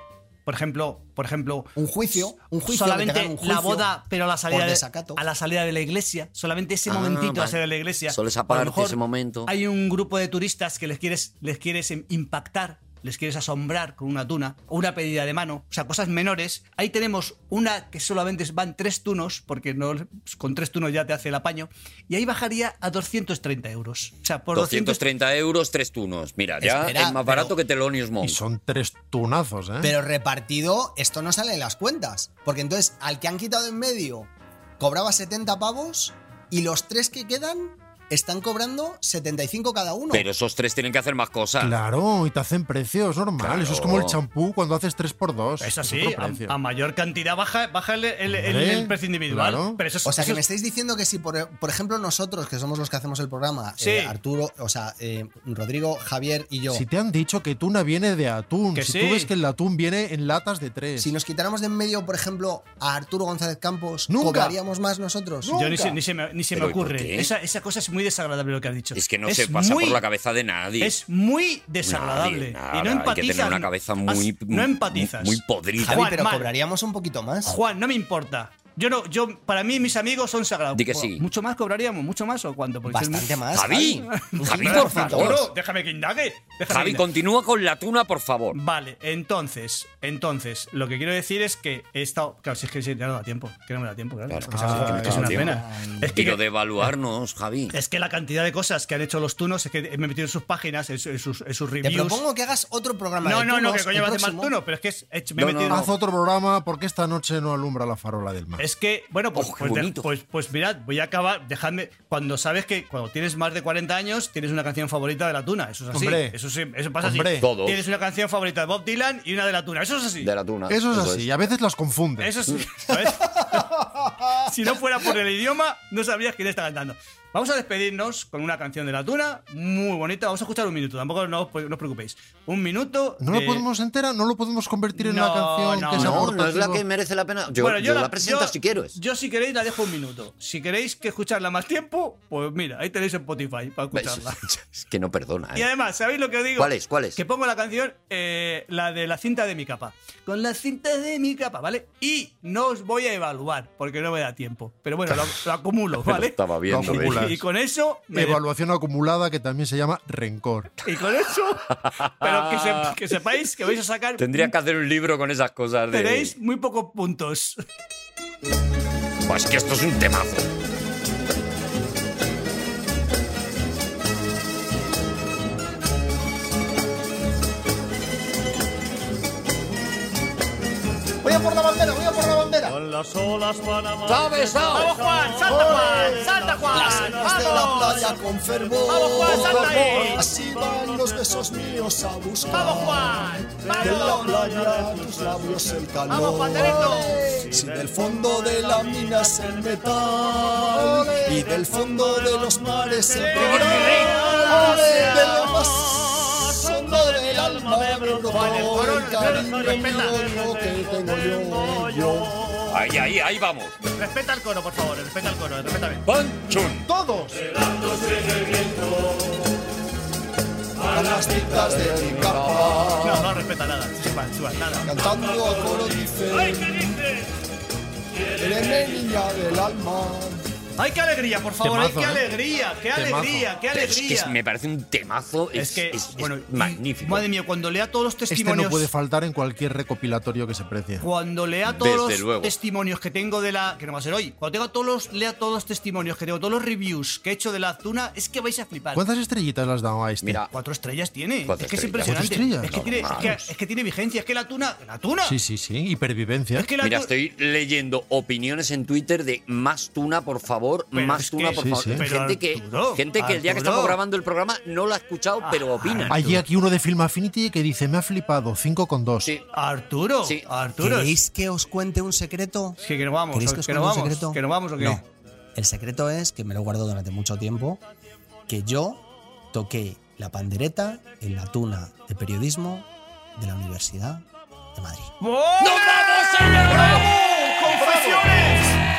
por ejemplo, por ejemplo, Un juicio, un juicio. que te solamente hagan un juicio la boda, pero a la salida por de, desacato. a la salida de la iglesia, solamente ese Ah, momentito a la vale. salida de la iglesia. Solo esa A lo parte, mejor ese momento. Hay un grupo de turistas que les quieres les quieres em, impactar, les quieres asombrar con una tuna o una pedida de mano, o sea, cosas menores. Ahí tenemos una que solamente van tres tunos, porque no con tres tunos ya te hace el apaño, y ahí bajaría a 230 euros. O sea, por 200 230 euros, tres tunos. Mira, ya Espera, es más pero- barato que Telonius Y Monk. son tres tunazos, ¿eh? Pero repartido, esto no sale en las cuentas. Porque entonces, al que han quitado en medio, cobraba 70 pavos y los tres que quedan están cobrando 75 cada uno. Pero esos tres tienen que hacer más cosas. Claro, y te hacen precios, normal. ah. Claro. Eso es como el champú cuando haces 3x2. Es así, otro precio. a, a mayor cantidad baja, baja el, el- el- Hombre, el precio individual. claro. Pero eso es- o sea, que eso me es- estáis diciendo que si, por, por ejemplo, nosotros, que somos los que hacemos el programa, Sí. eh, Arturo, o sea, eh, Rodrigo, Javier y yo, Si si, te han dicho que tuna viene de atún, Que si sí. tú ves que el atún viene en latas de tres. nos quitáramos de en medio, por ejemplo, a Arturo González Campos, Nunca. ¿cobraríamos más nosotros? Yo ni se, ni se me, ni se me Pero, ¿y por ocurre. qué? Esa, esa cosa es muy desagradable lo que ha dicho. Es que no Es se pasa muy- por la cabeza de nadie. Es muy Nadie, desagradable. nada, y no empatizas. Hay que tener una cabeza muy, has- no empatizas. muy podrida. Javi, Juan, pero mal. cobraríamos un poquito más. Juan, no me importa. Yo no, yo, para mí, mis amigos son sagrados. Di que Jo, sí. ¿Mucho más cobraríamos? ¿Mucho más o cuánto? Porque soy Bastante muy- Pues más. Javi, Un Javi, 15%. por Por favor. favor, déjame que indague. déjame que Javi, indague. continúa con la tuna, por favor. Vale, entonces, entonces, lo que quiero decir es que he estado. Claro, si es que sí, ya no da tiempo, que no me da tiempo, claro. Claro. Es que es así, Ay, es que es una tío. pena. Es Y lo que, de evaluarnos, Javi. es que la cantidad de cosas que han hecho los tunos es que me he metido en sus páginas, en, su- en sus, en sus Te reviews. propongo que hagas otro programa no, de no, no, turnos, que coño el va a hacer próximo. mal tuno, pero es que es- he- me he No, no, metido. Haz otro programa porque esta noche no alumbra la farola del mar. Es que, bueno, pues, Oh, qué pues, de- bonito. pues- pues mirad, voy a acabar, dejadme, cuando sabes que cuando tienes más de 40 años tienes una canción favorita de la tuna, eso es así, Hombre. eso, sí, eso pasa Hombre. así, Todos. tienes una canción favorita de Bob Dylan y una de la tuna, eso es así, De la tuna. Eso es así, y a veces las confunden. eso sí, ¿sabes? si no fuera por el idioma no sabrías quién está cantando. Vamos a despedirnos con una canción de la tuna, muy bonita, vamos a escuchar un minuto, tampoco no os, pre- no os preocupéis, un minuto... ¿No de- lo podemos entera? ¿No lo podemos convertir en Eh, No, una canción no, que sea no. No, no es la aportativa? que merece la pena. Yo, yo la presento yo- si quieres. Yo, si queréis, la dejo un minuto. Si queréis que escucharla más tiempo, pues mira, ahí tenéis en Spotify para escucharla. Es que no perdona. Y ¿eh? además, ¿sabéis lo que os digo? ¿Cuál es? ¿Cuál es? Que pongo la canción, eh, la de la cinta de mi capa. Con la cinta de mi capa, ¿vale? Y no os voy a evaluar, porque no me da tiempo. Pero bueno, lo, lo acumulo, Pero ¿vale? Estaba bien. Lo acumulas. Y con eso me Evaluación acumulada que también se llama rencor. Este y con eso pero que, se- que sepáis que vais a sacar Tendría que hacer un libro con esas cosas de. tenéis muy pocos puntos Buah, es que esto es un temazo. Voy a por la bandera, voy a por la bandera. Con las olas van a ¡Sabe, sabe! Juan! ¡Salta, Juan! ¡Salta, Juan! Las de la playa con fervor. Vamos, Juan, salta ahí. Así van los besos míos a buscar. ¡Vamos, Juan! De la ¡Vamos! playa a tus labios el calor. Vamos, Juanito. Si del fondo de la mina es el metal y del fondo de los mares el coral, de lo más hondo del alma me brotó el cariño lo que tengo yo. yo. Ahí, ahí, ahí vamos. Respeta el coro, por favor, respeta el coro, respétame. Pan, chun. Todos. A las citas de mi capa, No, no respeta nada. Chupa, chupa, nada. cantando a coro dice, eres mi niña del alma. ¡Ay, qué alegría, por favor! ¡Ay, Temazo, qué ¿eh? alegría! ¡Qué Temazo. alegría! ¡Qué Pero es que alegría! es- me parece un temazo. Es, Es que, es- es bueno, y- magnífico. Madre mía, cuando lea todos los Este testimonios. no puede faltar en cualquier recopilatorio que se precie. cuando lea todos Desde los luego. testimonios que tengo de la. Que no va a ser hoy. Cuando tenga todos los, lea todos los testimonios que tengo, todos los reviews que he hecho de la Azuna, es que vais a flipar. ¿Cuántas estrellitas le has dado a este? Mira, Cuatro estrellas tiene. Cuatro es que es estrellas. impresionante. ¿Cuatro estrellas? Es, que tiene, es, que, Normal. es que tiene vigencia. Es que la tuna. ¡La tuna! Sí, sí, sí. Hipervivencia. Es que la mira, tuna- estoy leyendo opiniones en Twitter de más tuna, por favor, Pero más es que- tuna, por Sí, favor. sí. Pero Gente, que, Arturo, gente que el día que Arturo. Ah, estamos grabando el programa no la ha escuchado, pero opinan. Hay aquí uno de Film Affinity que dice, me ha flipado, 5,2. Sí. ah. Arturo. Sí. Arturo. Es ¿Queréis que os cuente un secreto? que, que no vamos. ¿Queréis que, os no cuente un vamos. secreto? Que no vamos o qué. No. El secreto es, que me lo guardo durante mucho tiempo, que yo toqué la pandereta en la tuna de periodismo de la Universidad de Madrid. ¡Oh! ¡Nos vamos, señores! ¡Confesiones! De